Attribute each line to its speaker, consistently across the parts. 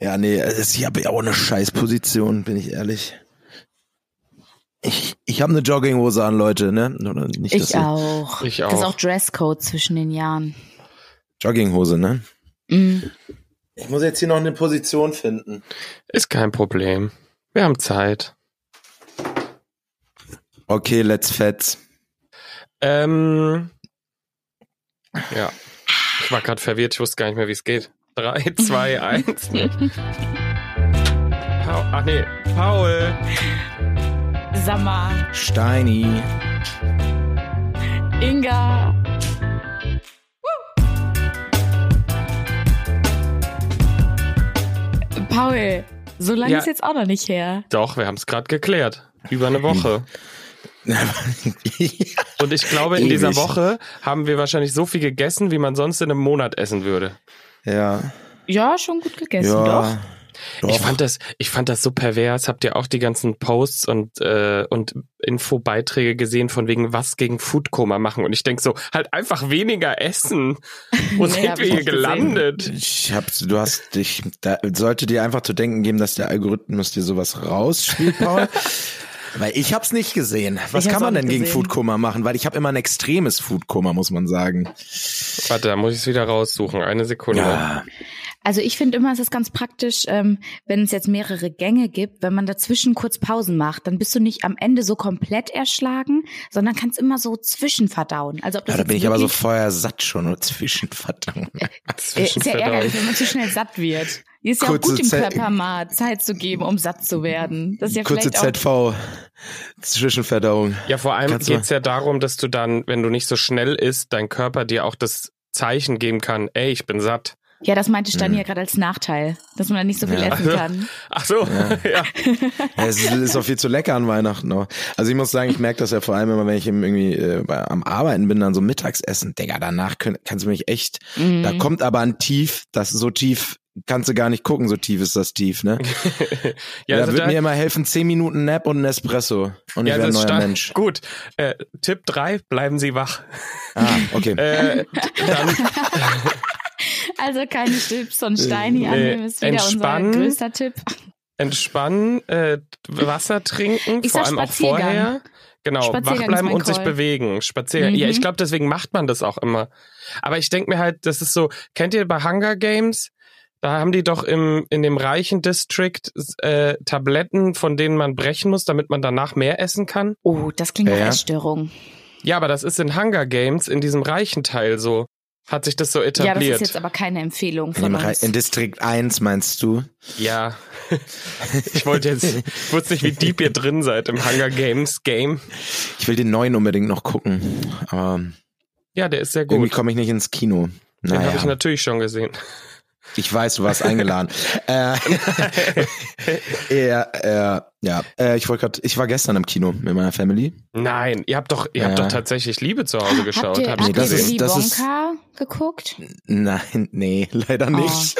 Speaker 1: Ja, nee, es- ich habe ja auch eine Scheißposition, bin ich ehrlich. Ich, ich habe eine Jogginghose an, Leute, ne? Oder nicht, dass
Speaker 2: Ich
Speaker 1: ihr-
Speaker 2: auch.
Speaker 3: Ich
Speaker 2: Das ist
Speaker 3: auch.
Speaker 2: auch Dresscode zwischen den Jahren.
Speaker 1: Jogginghose, ne?
Speaker 2: Mhm.
Speaker 1: Ich muss jetzt hier noch eine Position finden.
Speaker 3: Ist kein Problem. Wir haben Zeit.
Speaker 1: Okay, let's fetz.
Speaker 3: Ähm, ja. Ich war gerade verwirrt, ich wusste gar nicht mehr, wie es geht. Drei, zwei, eins. Paul, ach nee, Paul.
Speaker 2: Sag mal,
Speaker 1: Steini.
Speaker 2: Inga. Paul, so lange
Speaker 3: Ja.
Speaker 2: ist jetzt auch noch nicht her.
Speaker 3: Doch, wir haben es gerade geklärt. Über eine Woche. Und ich glaube, in
Speaker 1: Ewig.
Speaker 3: dieser Woche haben wir wahrscheinlich so viel gegessen, wie man sonst in einem Monat essen würde.
Speaker 1: ja.
Speaker 2: Ja, schon gut gegessen, doch.
Speaker 1: ja. Doch.
Speaker 3: Ich fand das, ich fand das so pervers. Habt ihr auch die ganzen Posts und äh, und Infobeiträge gesehen von wegen was gegen Foodkoma machen? Und ich denk so, halt einfach weniger essen. Wo
Speaker 2: Nee,
Speaker 3: sind
Speaker 2: hab
Speaker 3: wir
Speaker 2: ich
Speaker 3: hier
Speaker 2: nicht gesehen.
Speaker 3: gelandet?
Speaker 1: Ich hab's, du hast dich, da sollte dir einfach zu denken geben, dass der Algorithmus dir sowas rausspielt, Paul. Weil ich hab's nicht gesehen. Was
Speaker 2: Ich
Speaker 1: kann
Speaker 2: hab's
Speaker 1: man
Speaker 2: auch
Speaker 1: denn
Speaker 2: nicht
Speaker 1: gegen
Speaker 2: gesehen.
Speaker 1: Foodkoma machen? Weil ich habe immer ein extremes Foodkoma, muss man sagen.
Speaker 3: Warte, da muss ich es wieder raussuchen. Eine Sekunde.
Speaker 1: Ja.
Speaker 2: Also ich finde immer, es ist ganz praktisch, ähm, wenn es jetzt mehrere Gänge gibt, wenn man dazwischen kurz Pausen macht, dann bist du nicht am Ende so komplett erschlagen, sondern kannst immer so zwischenverdauen. Also ob das
Speaker 1: Ja, da
Speaker 2: jetzt
Speaker 1: bin ich aber so
Speaker 2: wirklich-
Speaker 1: vorher satt schon oder zwischen, verdammt.
Speaker 2: Äh, Ist ja
Speaker 3: Zwischenverdauung.
Speaker 2: ärgerlich, wenn man zu schnell satt wird. Ist ja auch
Speaker 1: Kurze
Speaker 2: gut dem
Speaker 1: Zeit-
Speaker 2: Körper mal Zeit zu geben, um satt zu werden. Das ist ja
Speaker 1: Kurze
Speaker 2: vielleicht auch
Speaker 1: ZV, Zwischenverdauung.
Speaker 3: Ja, vor allem
Speaker 1: Kannst du-
Speaker 3: geht's ja darum, dass du dann, wenn du nicht so schnell isst, dein Körper dir auch das Zeichen geben kann, ey, ich bin satt.
Speaker 2: Ja, das meinte Stani ja gerade als Nachteil, dass man dann nicht so viel
Speaker 1: Hm. Ja.
Speaker 2: essen kann.
Speaker 3: Ach so,
Speaker 1: Ja,
Speaker 3: ja.
Speaker 1: es ist, ist auch viel zu lecker an Weihnachten. Auch. Also ich muss sagen, ich merke das ja vor allem immer, wenn ich im- irgendwie äh, bei- am Arbeiten bin, dann so Mittagsessen. Digga, danach können, kannst du mich echt, da
Speaker 2: Mhm.
Speaker 1: kommt aber ein Tief, das so tief kannst du gar nicht gucken, so tief ist das Tief, ne?
Speaker 3: Ja,
Speaker 1: da
Speaker 3: also
Speaker 1: wird
Speaker 3: da-
Speaker 1: mir immer helfen, 10 Minuten Nap und ein Espresso. Und ich
Speaker 3: Ja, also
Speaker 1: werde ein
Speaker 3: das
Speaker 1: neuer
Speaker 3: stand-
Speaker 1: Mensch.
Speaker 3: Gut. Äh, Tipp drei: bleiben Sie wach.
Speaker 1: Ah, okay.
Speaker 3: Äh, dann
Speaker 2: Also keine Tipps von Steini
Speaker 3: Nee.
Speaker 2: annehmen, ist wieder
Speaker 3: Entspannen.
Speaker 2: unser größter Tipp.
Speaker 3: entspannen, äh, Wasser trinken,
Speaker 2: Ich
Speaker 3: vor
Speaker 2: sag
Speaker 3: allem auch
Speaker 2: Spaziergang.
Speaker 3: vorher. Genau, wach
Speaker 2: Spaziergang ist
Speaker 3: bleiben
Speaker 2: mein
Speaker 3: und sich
Speaker 2: Call.
Speaker 3: bewegen. Spazieren. Ja,
Speaker 2: Mhm.
Speaker 3: ich glaube, deswegen macht man das auch immer. Aber ich denke mir halt, das ist so, kennt ihr bei Hunger Games? Da haben die doch im, in dem reichen District äh, Tabletten, von denen man brechen muss, damit man danach mehr essen kann.
Speaker 2: Oh, das klingt
Speaker 1: Ja,
Speaker 2: nach
Speaker 1: ja.
Speaker 2: Essstörung.
Speaker 3: Ja, aber das ist in Hunger Games, in diesem reichen Teil so, hat sich das so
Speaker 2: Ja, das ist
Speaker 3: etabliert.
Speaker 2: jetzt aber keine Empfehlung
Speaker 1: in, dem
Speaker 2: von
Speaker 1: Re-
Speaker 2: uns.
Speaker 1: in Distrikt 1 meinst du?
Speaker 3: Ja, ich wollte jetzt, ich wusste nicht, wie deep ihr drin seid im Hunger Games Game.
Speaker 1: Ich will den neuen unbedingt noch gucken. Aber ähm,
Speaker 3: Ja, der ist sehr
Speaker 1: irgendwie
Speaker 3: gut.
Speaker 1: komme ich nicht ins Kino.
Speaker 3: Den
Speaker 1: Naja,
Speaker 3: habe ich natürlich schon gesehen.
Speaker 1: ich weiß, du warst eingeladen. äh, ja, äh, ja. Äh, ich wollte gerade, ich war gestern im Kino mit meiner Family.
Speaker 3: Nein, ihr habt doch, ihr habt
Speaker 1: Ja.
Speaker 3: doch tatsächlich Liebe zu Hause geschaut,
Speaker 2: habt ihr,
Speaker 3: hab
Speaker 2: habt
Speaker 1: Nee,
Speaker 3: ich
Speaker 1: das
Speaker 2: ihr
Speaker 1: ist-
Speaker 2: Willy
Speaker 3: gesehen.
Speaker 1: das ist-
Speaker 2: Wonka geguckt?
Speaker 1: Nein, nee, leider
Speaker 2: Oh.
Speaker 1: nicht.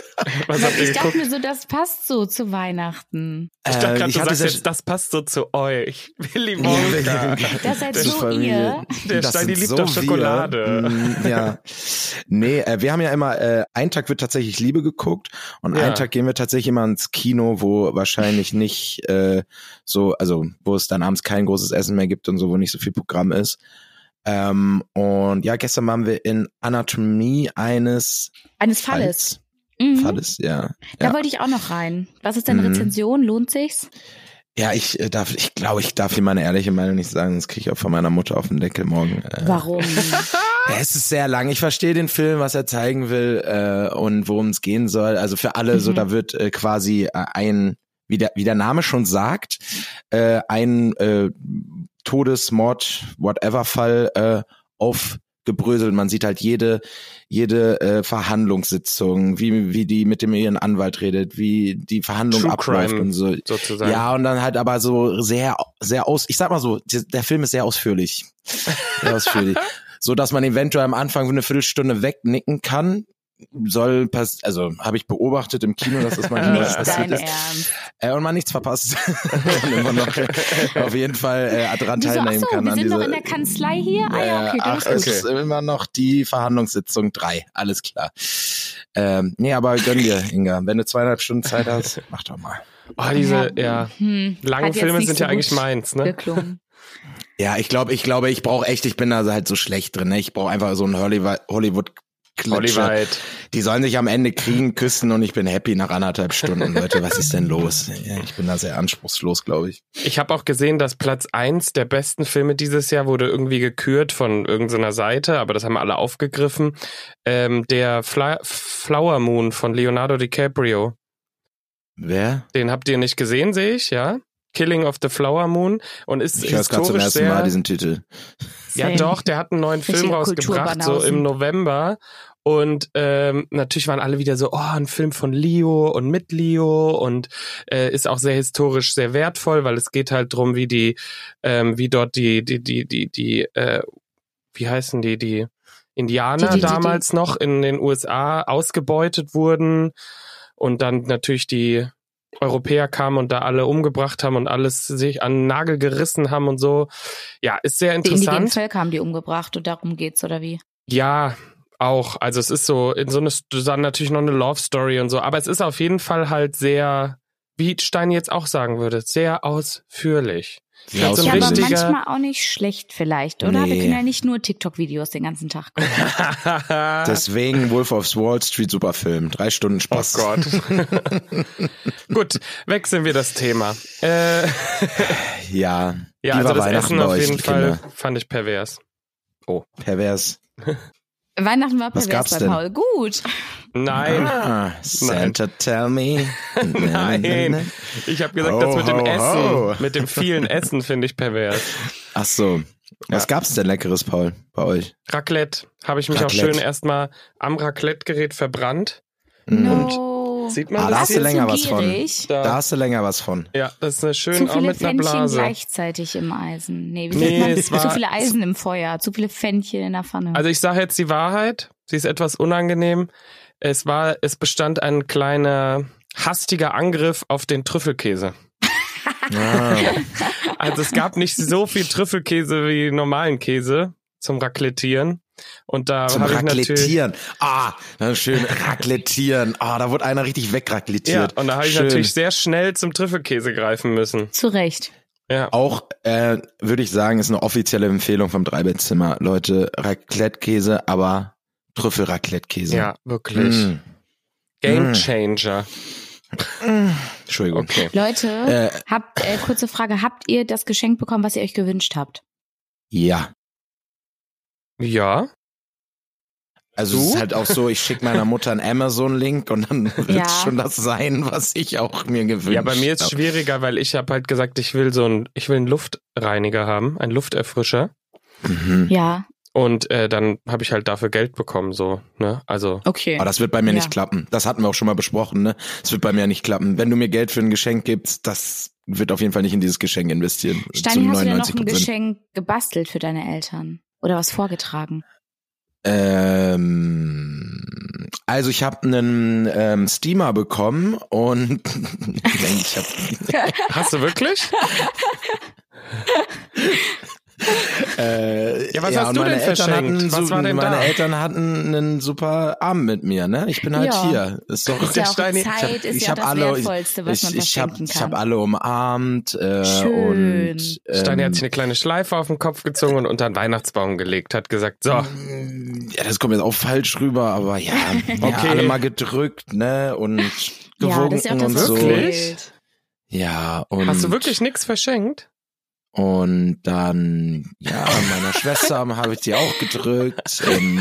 Speaker 3: Was habt ihr
Speaker 2: Ich dachte
Speaker 3: geguckt?
Speaker 2: mir so, das passt so zu Weihnachten.
Speaker 3: Ich dachte
Speaker 1: Äh,
Speaker 3: gerade, du
Speaker 1: hatte
Speaker 3: sagst
Speaker 1: sehr-
Speaker 3: jetzt, das passt so zu euch. Willy Wonka.
Speaker 2: Das seid
Speaker 1: Oh Das
Speaker 2: so
Speaker 1: ist Familie.
Speaker 2: ihr.
Speaker 3: Der
Speaker 1: Das
Speaker 3: Steini
Speaker 1: sind
Speaker 3: liebt
Speaker 1: so
Speaker 3: doch Schokolade.
Speaker 1: Wir. Mm, ja. Nee, äh, wir haben ja immer, äh, einen Tag wird tatsächlich Liebe geguckt und
Speaker 3: Ja.
Speaker 1: einen Tag gehen wir tatsächlich immer ins Kino, wo wahrscheinlich nicht äh, so, also wo es dann abends kein großes Essen mehr gibt und so, wo nicht so viel Programm ist. Ähm, und ja, gestern waren wir in Anatomie eines
Speaker 2: Eines Falles.
Speaker 1: Falls.
Speaker 2: Mhm.
Speaker 1: Falles, ja.
Speaker 2: Da
Speaker 1: ja.
Speaker 2: wollte ich auch noch rein. Was ist deine
Speaker 1: Mhm.
Speaker 2: Rezension? Lohnt sich's?
Speaker 1: Ja, ich äh, darf, ich glaube, ich darf hier meine ehrliche Meinung nicht sagen, sonst kriege ich auch von meiner Mutter auf den Deckel morgen. Äh,
Speaker 2: Warum?
Speaker 1: Ja, Es ist sehr lang. Ich verstehe den Film, was er zeigen will äh, und worum es gehen soll. Also für alle, so
Speaker 2: Mhm.
Speaker 1: da wird äh, quasi äh, ein, wie der, wie der Name schon sagt, äh, ein äh, Todesmord, whatever Fall äh, aufgebröselt. Man sieht halt jede jede äh, Verhandlungssitzung, wie wie die mit dem ihren Anwalt redet, wie die Verhandlung
Speaker 3: True
Speaker 1: abläuft
Speaker 3: Crime.
Speaker 1: und so.
Speaker 3: Sozusagen.
Speaker 1: Ja, und dann halt aber so sehr, sehr aus, ich sag mal so, die- der Film ist sehr ausführlich. Sehr ausführlich. so dass man eventuell am Anfang eine Viertelstunde wegnicken kann. Soll pass also habe ich beobachtet im Kino, dass das manchmal was
Speaker 2: Nicht
Speaker 1: passiert
Speaker 2: dein
Speaker 1: ist.
Speaker 2: Ernst.
Speaker 1: Äh, und man nichts verpasst. und immer noch äh, auf jeden Fall äh, dran
Speaker 2: Wieso?
Speaker 1: teilnehmen
Speaker 2: Achso,
Speaker 1: kann
Speaker 2: wir
Speaker 1: an
Speaker 2: sind
Speaker 1: dieser.
Speaker 2: noch in der Kanzlei hier? Ah ja, okay,
Speaker 1: Äh,
Speaker 2: dann
Speaker 1: Ach,
Speaker 2: ist
Speaker 1: es
Speaker 2: gut.
Speaker 3: okay.
Speaker 1: ist immer noch die Verhandlungssitzung drei alles klar. Ähm, nee, aber gönn dir, Inga. Wenn du zweieinhalb Stunden Zeit hast, mach doch mal.
Speaker 3: Oh, diese, ja.
Speaker 2: Hm.
Speaker 3: Langen
Speaker 2: Hat jetzt
Speaker 3: Filme
Speaker 2: nicht
Speaker 3: sind
Speaker 2: so
Speaker 3: ja eigentlich
Speaker 2: gut
Speaker 3: meins, ne?
Speaker 2: geklungen.
Speaker 1: Ja, ich glaube, ich glaube, ich brauche echt, ich bin da halt so schlecht drin. Ne? Ich brauche einfach so einen Hollywood, Hollywood Klatsche.
Speaker 3: Hollywood.
Speaker 1: Die sollen sich am Ende kriegen, küssen und ich bin happy nach anderthalb Stunden. Leute, was ist denn los? Ja, ich bin da sehr anspruchslos, glaube ich.
Speaker 3: Ich habe auch gesehen, dass Platz eins der besten Filme dieses Jahr wurde irgendwie gekürt von irgendeiner Seite, aber das haben alle aufgegriffen. Ähm, der Fla Flower Moon von Leonardo DiCaprio.
Speaker 1: Wer?
Speaker 3: Den habt ihr nicht gesehen, sehe ich, ja? Killing of the Flower Moon. Und ist
Speaker 1: Ich höre es gerade zum
Speaker 3: historisch
Speaker 1: ersten
Speaker 3: sehr.
Speaker 1: Mal, diesen Titel.
Speaker 3: Ja,
Speaker 2: Same.
Speaker 3: doch, der hat einen neuen
Speaker 2: Richtige
Speaker 3: Film rausgebracht, so
Speaker 2: Kulturbanausen.
Speaker 3: im November. Und ähm, natürlich waren alle wieder so, oh, ein Film von Leo und mit Leo und äh, ist auch sehr historisch sehr wertvoll, weil es geht halt drum, wie die, ähm, wie dort die, die, die, die, die, äh, wie heißen die, die Indianer
Speaker 2: Die, die, die,
Speaker 3: damals noch in den USA ausgebeutet wurden und dann natürlich die Europäer kamen und da alle umgebracht haben und alles sich an den Nagel gerissen haben und so. Ja, ist sehr
Speaker 2: Die indigenen
Speaker 3: interessant.
Speaker 2: Völker haben die umgebracht und darum geht's, oder wie?
Speaker 3: Ja, auch. Also es ist so, in so eine, dann natürlich noch eine Love Story und so, aber es ist auf jeden Fall halt sehr, wie Stein jetzt auch sagen würde, sehr ausführlich.
Speaker 1: Sehr
Speaker 3: So ein
Speaker 2: ja, aber
Speaker 3: richtiger-
Speaker 2: manchmal auch nicht schlecht vielleicht, oder? Wir
Speaker 1: Nee.
Speaker 2: können ja nicht nur TikTok-Videos den ganzen Tag gucken.
Speaker 3: das
Speaker 1: Deswegen Wolf of Wall Street Superfilm. Drei Stunden
Speaker 3: Oh
Speaker 1: Spaß.
Speaker 3: Gott. Gut, wechseln wir das Thema. Äh,
Speaker 1: Ja.
Speaker 3: ja,
Speaker 1: Lieber
Speaker 3: also das
Speaker 1: Weihnachten
Speaker 3: Essen
Speaker 1: bei
Speaker 3: auf
Speaker 1: euch,
Speaker 3: jeden
Speaker 1: die
Speaker 3: Fall
Speaker 1: Kinder.
Speaker 3: fand ich pervers.
Speaker 1: Pervers.
Speaker 2: Weihnachten war
Speaker 1: Was
Speaker 2: pervers
Speaker 1: gab's
Speaker 2: bei
Speaker 1: denn?
Speaker 2: Paul. Gut.
Speaker 3: Nein,
Speaker 1: Ah, Santa, tell me.
Speaker 3: nein. Ich habe gesagt, das
Speaker 1: Ho,
Speaker 3: mit dem
Speaker 1: Oh, ho,
Speaker 3: Essen,
Speaker 1: ho.
Speaker 3: mit dem vielen Essen finde ich pervers.
Speaker 1: Ach so. Was gab's denn leckeres, Paul, bei euch?
Speaker 3: Raclette habe ich mich auch
Speaker 1: Raclette.
Speaker 3: schön erstmal am Raclette-Gerät verbrannt.
Speaker 2: No.
Speaker 3: Sieht man
Speaker 1: Hm. Ah,
Speaker 3: das?
Speaker 1: hast du
Speaker 3: hier?
Speaker 2: Warst
Speaker 1: länger was
Speaker 2: so
Speaker 1: von.
Speaker 2: gierig?
Speaker 3: Da.
Speaker 1: Da hast du länger was von.
Speaker 3: Ja, das ist eine schön
Speaker 2: Zu
Speaker 3: auch
Speaker 2: viele
Speaker 3: mit einer
Speaker 2: Pfännchen
Speaker 3: Blase.
Speaker 2: gleichzeitig im Eisen. Nee, wie
Speaker 3: Nee, es
Speaker 2: sagt man?
Speaker 3: war-
Speaker 2: Zu viele Eisen im Feuer, zu viele Pfännchen in der Pfanne.
Speaker 3: Also ich sage jetzt die Wahrheit. Sie ist etwas unangenehm. Es war, es bestand ein kleiner hastiger Angriff auf den Trüffelkäse.
Speaker 1: Ah,
Speaker 3: Also es gab nicht so viel Trüffelkäse wie normalen Käse zum Raclettieren. Und da
Speaker 1: zum
Speaker 3: habe ich natürlich
Speaker 1: Raclettieren. Ah, na schön, Raclettieren. Ah, da wurde einer richtig
Speaker 3: ja,
Speaker 1: wegraclettiert.
Speaker 3: und da habe ich
Speaker 1: Schön.
Speaker 3: natürlich sehr schnell zum Trüffelkäse greifen müssen.
Speaker 2: zu Recht.
Speaker 3: Ja.
Speaker 1: Auch, äh, würde ich sagen, ist eine offizielle Empfehlung vom Dreibettzimmer. Leute, Raclette-Käse, aber Trüffel-Raclette-Käse.
Speaker 3: Ja, wirklich.
Speaker 1: Mm.
Speaker 3: Game
Speaker 1: Mm.
Speaker 3: Changer.
Speaker 1: Entschuldigung.
Speaker 3: Okay.
Speaker 2: Leute,
Speaker 1: Äh,
Speaker 2: habt, äh, kurze Frage, habt ihr das Geschenk bekommen, was ihr euch gewünscht habt?
Speaker 1: ja.
Speaker 3: Ja.
Speaker 1: Also
Speaker 3: Du?
Speaker 1: es ist halt auch so, ich schicke meiner Mutter einen Amazon-Link und dann wird
Speaker 2: Ja.
Speaker 1: schon das sein, was ich auch mir gewünscht
Speaker 3: Ja, bei mir ist
Speaker 1: hab.
Speaker 3: schwieriger, weil ich habe halt gesagt, ich will so ein, ich will einen Luftreiniger haben, einen Lufterfrischer.
Speaker 1: Mhm.
Speaker 2: Ja,
Speaker 3: Und äh, dann habe ich halt dafür Geld bekommen, so, ne? Also.
Speaker 2: okay.
Speaker 1: Aber das wird bei mir
Speaker 2: Ja.
Speaker 1: nicht klappen. Das hatten wir auch schon mal besprochen, ne? Es wird bei mir nicht klappen. Wenn du mir Geld für ein Geschenk gibst, das wird auf jeden Fall nicht in dieses Geschenk investieren.
Speaker 2: Steini,
Speaker 1: Zu
Speaker 2: hast du denn noch ein
Speaker 1: 99%.
Speaker 2: Geschenk gebastelt für deine Eltern? Oder was vorgetragen?
Speaker 1: Ähm, also ich habe einen ähm, Steamer bekommen und ich hab,
Speaker 3: Hast du wirklich?
Speaker 1: äh,
Speaker 3: Ja, was hast
Speaker 1: und
Speaker 3: du
Speaker 1: meine
Speaker 3: denn
Speaker 1: Eltern
Speaker 3: verschenkt?
Speaker 1: Hatten,
Speaker 3: Was
Speaker 1: so-
Speaker 3: war denn
Speaker 1: meine
Speaker 3: da?
Speaker 1: Eltern hatten einen super Abend mit mir, ne? Ich bin halt
Speaker 2: Ja.
Speaker 1: hier. Ist doch
Speaker 2: Ist ja auch
Speaker 3: Steini-
Speaker 2: Zeit,
Speaker 1: ich hab-
Speaker 2: ist
Speaker 1: ich
Speaker 2: ja
Speaker 1: hab
Speaker 2: das
Speaker 1: alle-
Speaker 2: Wertvollste, was man
Speaker 1: ich ich habe
Speaker 2: verschenken
Speaker 1: ich
Speaker 2: kann.
Speaker 1: hab alle umarmt äh,
Speaker 2: Schön.
Speaker 1: und ähm,
Speaker 3: Steini hat sich eine kleine Schleife auf den Kopf gezogen und unter den Weihnachtsbaum gelegt, hat gesagt, so,
Speaker 2: Mm.
Speaker 1: Ja, das kommt jetzt auch falsch rüber, aber ja, okay. ja
Speaker 3: Okay.
Speaker 1: alle mal gedrückt, ne? Und
Speaker 2: ja,
Speaker 1: gewogen
Speaker 2: das ist ja auch das,
Speaker 1: und
Speaker 2: was
Speaker 1: so.
Speaker 3: Wirklich?
Speaker 2: zählt.
Speaker 1: Ja, und
Speaker 3: hast du wirklich nichts verschenkt?
Speaker 1: und dann ja, meiner Schwester habe ich die auch gedrückt, ähm,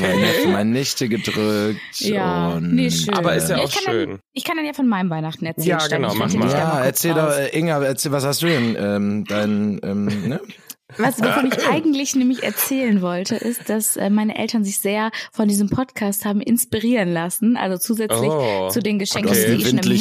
Speaker 1: meine, Neffe, meine Nichte gedrückt
Speaker 2: Ja,
Speaker 1: und
Speaker 2: nee, schön.
Speaker 3: Aber ist ja
Speaker 2: Ja,
Speaker 3: auch
Speaker 2: ich kann
Speaker 3: schön.
Speaker 2: Ich kann dann ja von meinem Weihnachten erzählen.
Speaker 3: Ja,
Speaker 2: Steini,
Speaker 3: genau,
Speaker 2: ich
Speaker 3: mach
Speaker 2: halte
Speaker 3: mal.
Speaker 2: dich da
Speaker 1: Ja,
Speaker 2: kurz
Speaker 1: erzähl doch,
Speaker 2: raus.
Speaker 1: äh, Inga, erzähl, was hast du denn? Ähm, dein, ähm, ne?
Speaker 2: Was wovon ich eigentlich nämlich erzählen wollte, ist, dass äh, meine Eltern sich sehr von diesem Podcast haben inspirieren lassen. Also zusätzlich
Speaker 3: Oh.
Speaker 2: zu den Geschenken,
Speaker 3: Okay.
Speaker 2: die ich schon im
Speaker 1: Windlicht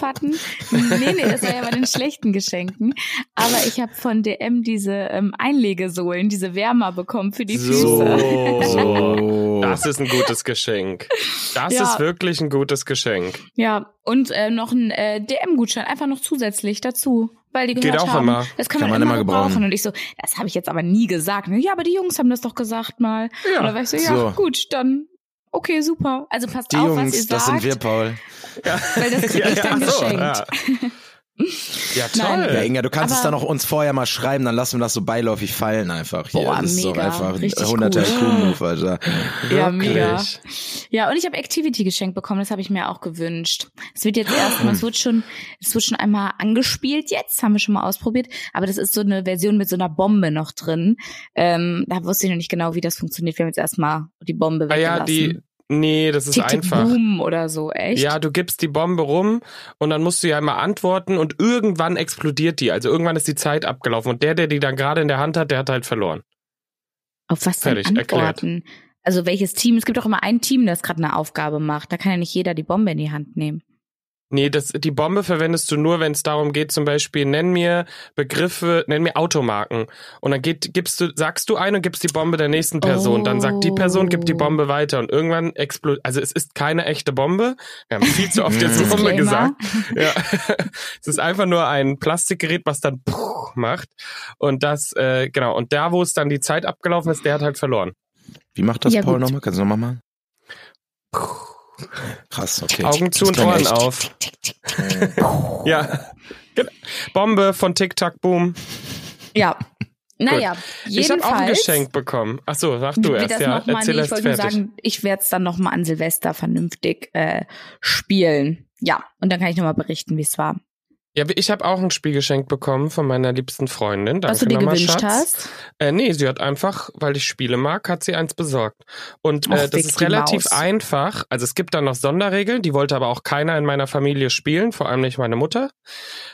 Speaker 1: bekommen.
Speaker 2: hatten. Nee, nee, das war ja bei den schlechten Geschenken. Aber ich habe von DM diese ähm, Einlegesohlen, diese Wärmer bekommen für die Füße.
Speaker 3: So.
Speaker 1: So.
Speaker 3: Das ist ein gutes Geschenk. Das
Speaker 2: Ja.
Speaker 3: ist wirklich ein gutes Geschenk.
Speaker 2: Ja, und äh, noch ein äh, DM-Gutschein, einfach noch zusätzlich dazu. Weil die
Speaker 3: Geht
Speaker 2: gehört
Speaker 3: auch
Speaker 2: haben.
Speaker 3: immer.
Speaker 2: Das kann, man, immer gebrauchen. Und ich so, das Ne? habe ich jetzt aber nie gesagt. Ja, aber die Jungs haben das doch gesagt mal.
Speaker 3: Ja.
Speaker 2: Und dann war ich so, ja,
Speaker 1: So.
Speaker 2: gut, dann okay, super. Also passt
Speaker 1: Die
Speaker 2: auf, was ihr
Speaker 1: Jungs,
Speaker 2: sagt,
Speaker 1: das sind wir, Paul.
Speaker 2: weil das kriege ich dann
Speaker 3: ach so,
Speaker 2: geschenkt.
Speaker 3: ja. ja,
Speaker 2: Nein.
Speaker 1: Ja,
Speaker 3: toll.
Speaker 1: Inga, du kannst
Speaker 2: Aber-
Speaker 1: es dann auch uns vorher mal schreiben, dann lassen wir das so beiläufig fallen einfach. Hier,
Speaker 2: Boah,
Speaker 1: das ist doch
Speaker 2: mega.
Speaker 1: einfach ein
Speaker 2: Richtig
Speaker 1: 100er
Speaker 2: gut.
Speaker 1: IQ-Move, Alter.
Speaker 2: Ja, mega.
Speaker 3: Wirklich.
Speaker 2: Ja, und ich habe Activity geschenkt bekommen, das habe ich mir auch gewünscht. Es wird jetzt erstmal, es wird schon, es wird schon einmal angespielt jetzt, haben wir schon mal ausprobiert, aber das ist so eine Version mit so einer Bombe noch drin. Ähm, da wusste ich noch nicht genau, wie das funktioniert. Wir haben jetzt erstmal die Bombe
Speaker 3: Ah
Speaker 2: weggelassen.
Speaker 3: ja, die. Nee, das ist
Speaker 2: Tick, tick,
Speaker 3: einfach.
Speaker 2: Boom oder so, echt?
Speaker 3: Ja, du gibst die Bombe rum und dann musst du ja immer antworten und irgendwann explodiert die. Also irgendwann ist die Zeit abgelaufen und der, der die dann gerade in der Hand hat, der hat halt verloren.
Speaker 2: Auf was denn
Speaker 3: Fertig, erklärt.
Speaker 2: antworten? Also welches Team? Es gibt doch immer ein Team, das gerade eine Aufgabe macht. Da kann ja nicht jeder die Bombe in die Hand nehmen.
Speaker 3: Nee, das, die Bombe verwendest du nur, wenn es darum geht, zum Beispiel, nenn mir Begriffe, nenn mir Automarken. Und dann geht, gibst du, sagst du eine und gibst die Bombe der nächsten Person. Dann sagt die Person, gibt die
Speaker 2: Oh.
Speaker 3: Bombe weiter und irgendwann explodiert. Also es ist keine echte Bombe. Wir haben viel zu oft jetzt Bombe
Speaker 2: Hm. Disclaimer.
Speaker 3: gesagt. Ja. es ist einfach nur ein Plastikgerät, was dann macht. Und das, äh, genau, und da, wo es dann die Zeit abgelaufen ist, der hat halt verloren.
Speaker 1: Wie macht das
Speaker 2: Ja,
Speaker 1: Paul
Speaker 2: gut.
Speaker 1: nochmal? Kannst du nochmal machen? Krass, okay.
Speaker 3: Augen zu und
Speaker 1: klang
Speaker 3: Ohren
Speaker 1: echt.
Speaker 3: auf. Ja. Genau. Bombe von Tic Tac Boom.
Speaker 2: Ja. Naja,
Speaker 3: Ich habe auch ein
Speaker 2: jedenfalls.
Speaker 3: Geschenk bekommen. Ach so, sag
Speaker 2: Ich
Speaker 3: du
Speaker 2: will
Speaker 3: erst,
Speaker 2: das
Speaker 3: ja.
Speaker 2: noch mal,
Speaker 3: Erzähl
Speaker 2: nee, ich
Speaker 3: erst
Speaker 2: wollte nur
Speaker 3: fertig.
Speaker 2: sagen, ich werde es dann nochmal an Silvester vernünftig äh, spielen. Ja, und dann kann ich nochmal berichten, wie es war.
Speaker 3: Ja, ich habe auch ein Spielgeschenk bekommen von meiner liebsten Freundin. Danke
Speaker 2: was du dir
Speaker 3: nochmal,
Speaker 2: gewünscht
Speaker 3: Schatz.
Speaker 2: hast.
Speaker 3: Äh, nee, sie hat einfach, weil ich Spiele mag, hat sie eins besorgt. Und
Speaker 2: Ach,
Speaker 3: äh, das
Speaker 2: Vicky
Speaker 3: ist relativ
Speaker 2: Maus.
Speaker 3: einfach. Also es gibt da noch Sonderregeln, die wollte aber auch keiner in meiner Familie spielen, vor allem nicht meine Mutter.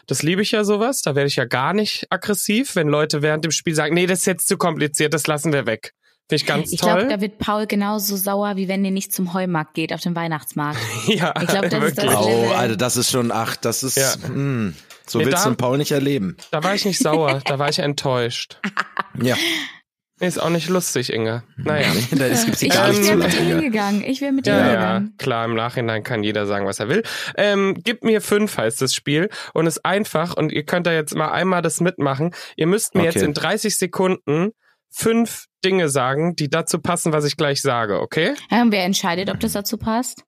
Speaker 3: Das liebe ich ja sowas. Da werde ich ja gar nicht aggressiv, wenn Leute während dem Spiel sagen, nee, das ist jetzt zu kompliziert, das lassen wir weg. Finde ich ganz
Speaker 2: Ich glaube,
Speaker 3: toll.
Speaker 2: da wird Paul genauso sauer, wie wenn ihr nicht zum Heumarkt geht, auf den Weihnachtsmarkt.
Speaker 3: ja,
Speaker 2: ich glaub, das ist das-
Speaker 3: wirklich.
Speaker 1: Oh,
Speaker 2: Level.
Speaker 1: Alter, das ist schon, ach, das ist,
Speaker 3: Ja.
Speaker 1: mh, so
Speaker 3: Nee,
Speaker 1: willst
Speaker 3: da-
Speaker 1: du einen Paul nicht erleben.
Speaker 3: Da war ich nicht sauer, da war ich enttäuscht.
Speaker 1: Ja,
Speaker 3: Nee, ist auch nicht lustig, Inge. Naja.
Speaker 1: da ist, gibt's die
Speaker 2: Ich, ich
Speaker 1: gar
Speaker 3: Ähm,
Speaker 1: nicht
Speaker 2: wäre
Speaker 1: zu
Speaker 2: mit dir
Speaker 1: lachen. ja.
Speaker 2: hingegangen. Ich wäre mit dir
Speaker 3: Ja, ja,
Speaker 2: hingegangen.
Speaker 3: klar, im Nachhinein kann jeder sagen, was er will. Ähm, gib mir fünf heißt das Spiel und ist einfach und ihr könnt da jetzt mal einmal das mitmachen. Ihr müsst mir jetzt
Speaker 1: Okay.
Speaker 3: in 30 Sekunden fünf Dinge sagen, die dazu passen, was ich gleich sage, okay?
Speaker 2: Ja, und Äh, wer entscheidet, ob das dazu passt?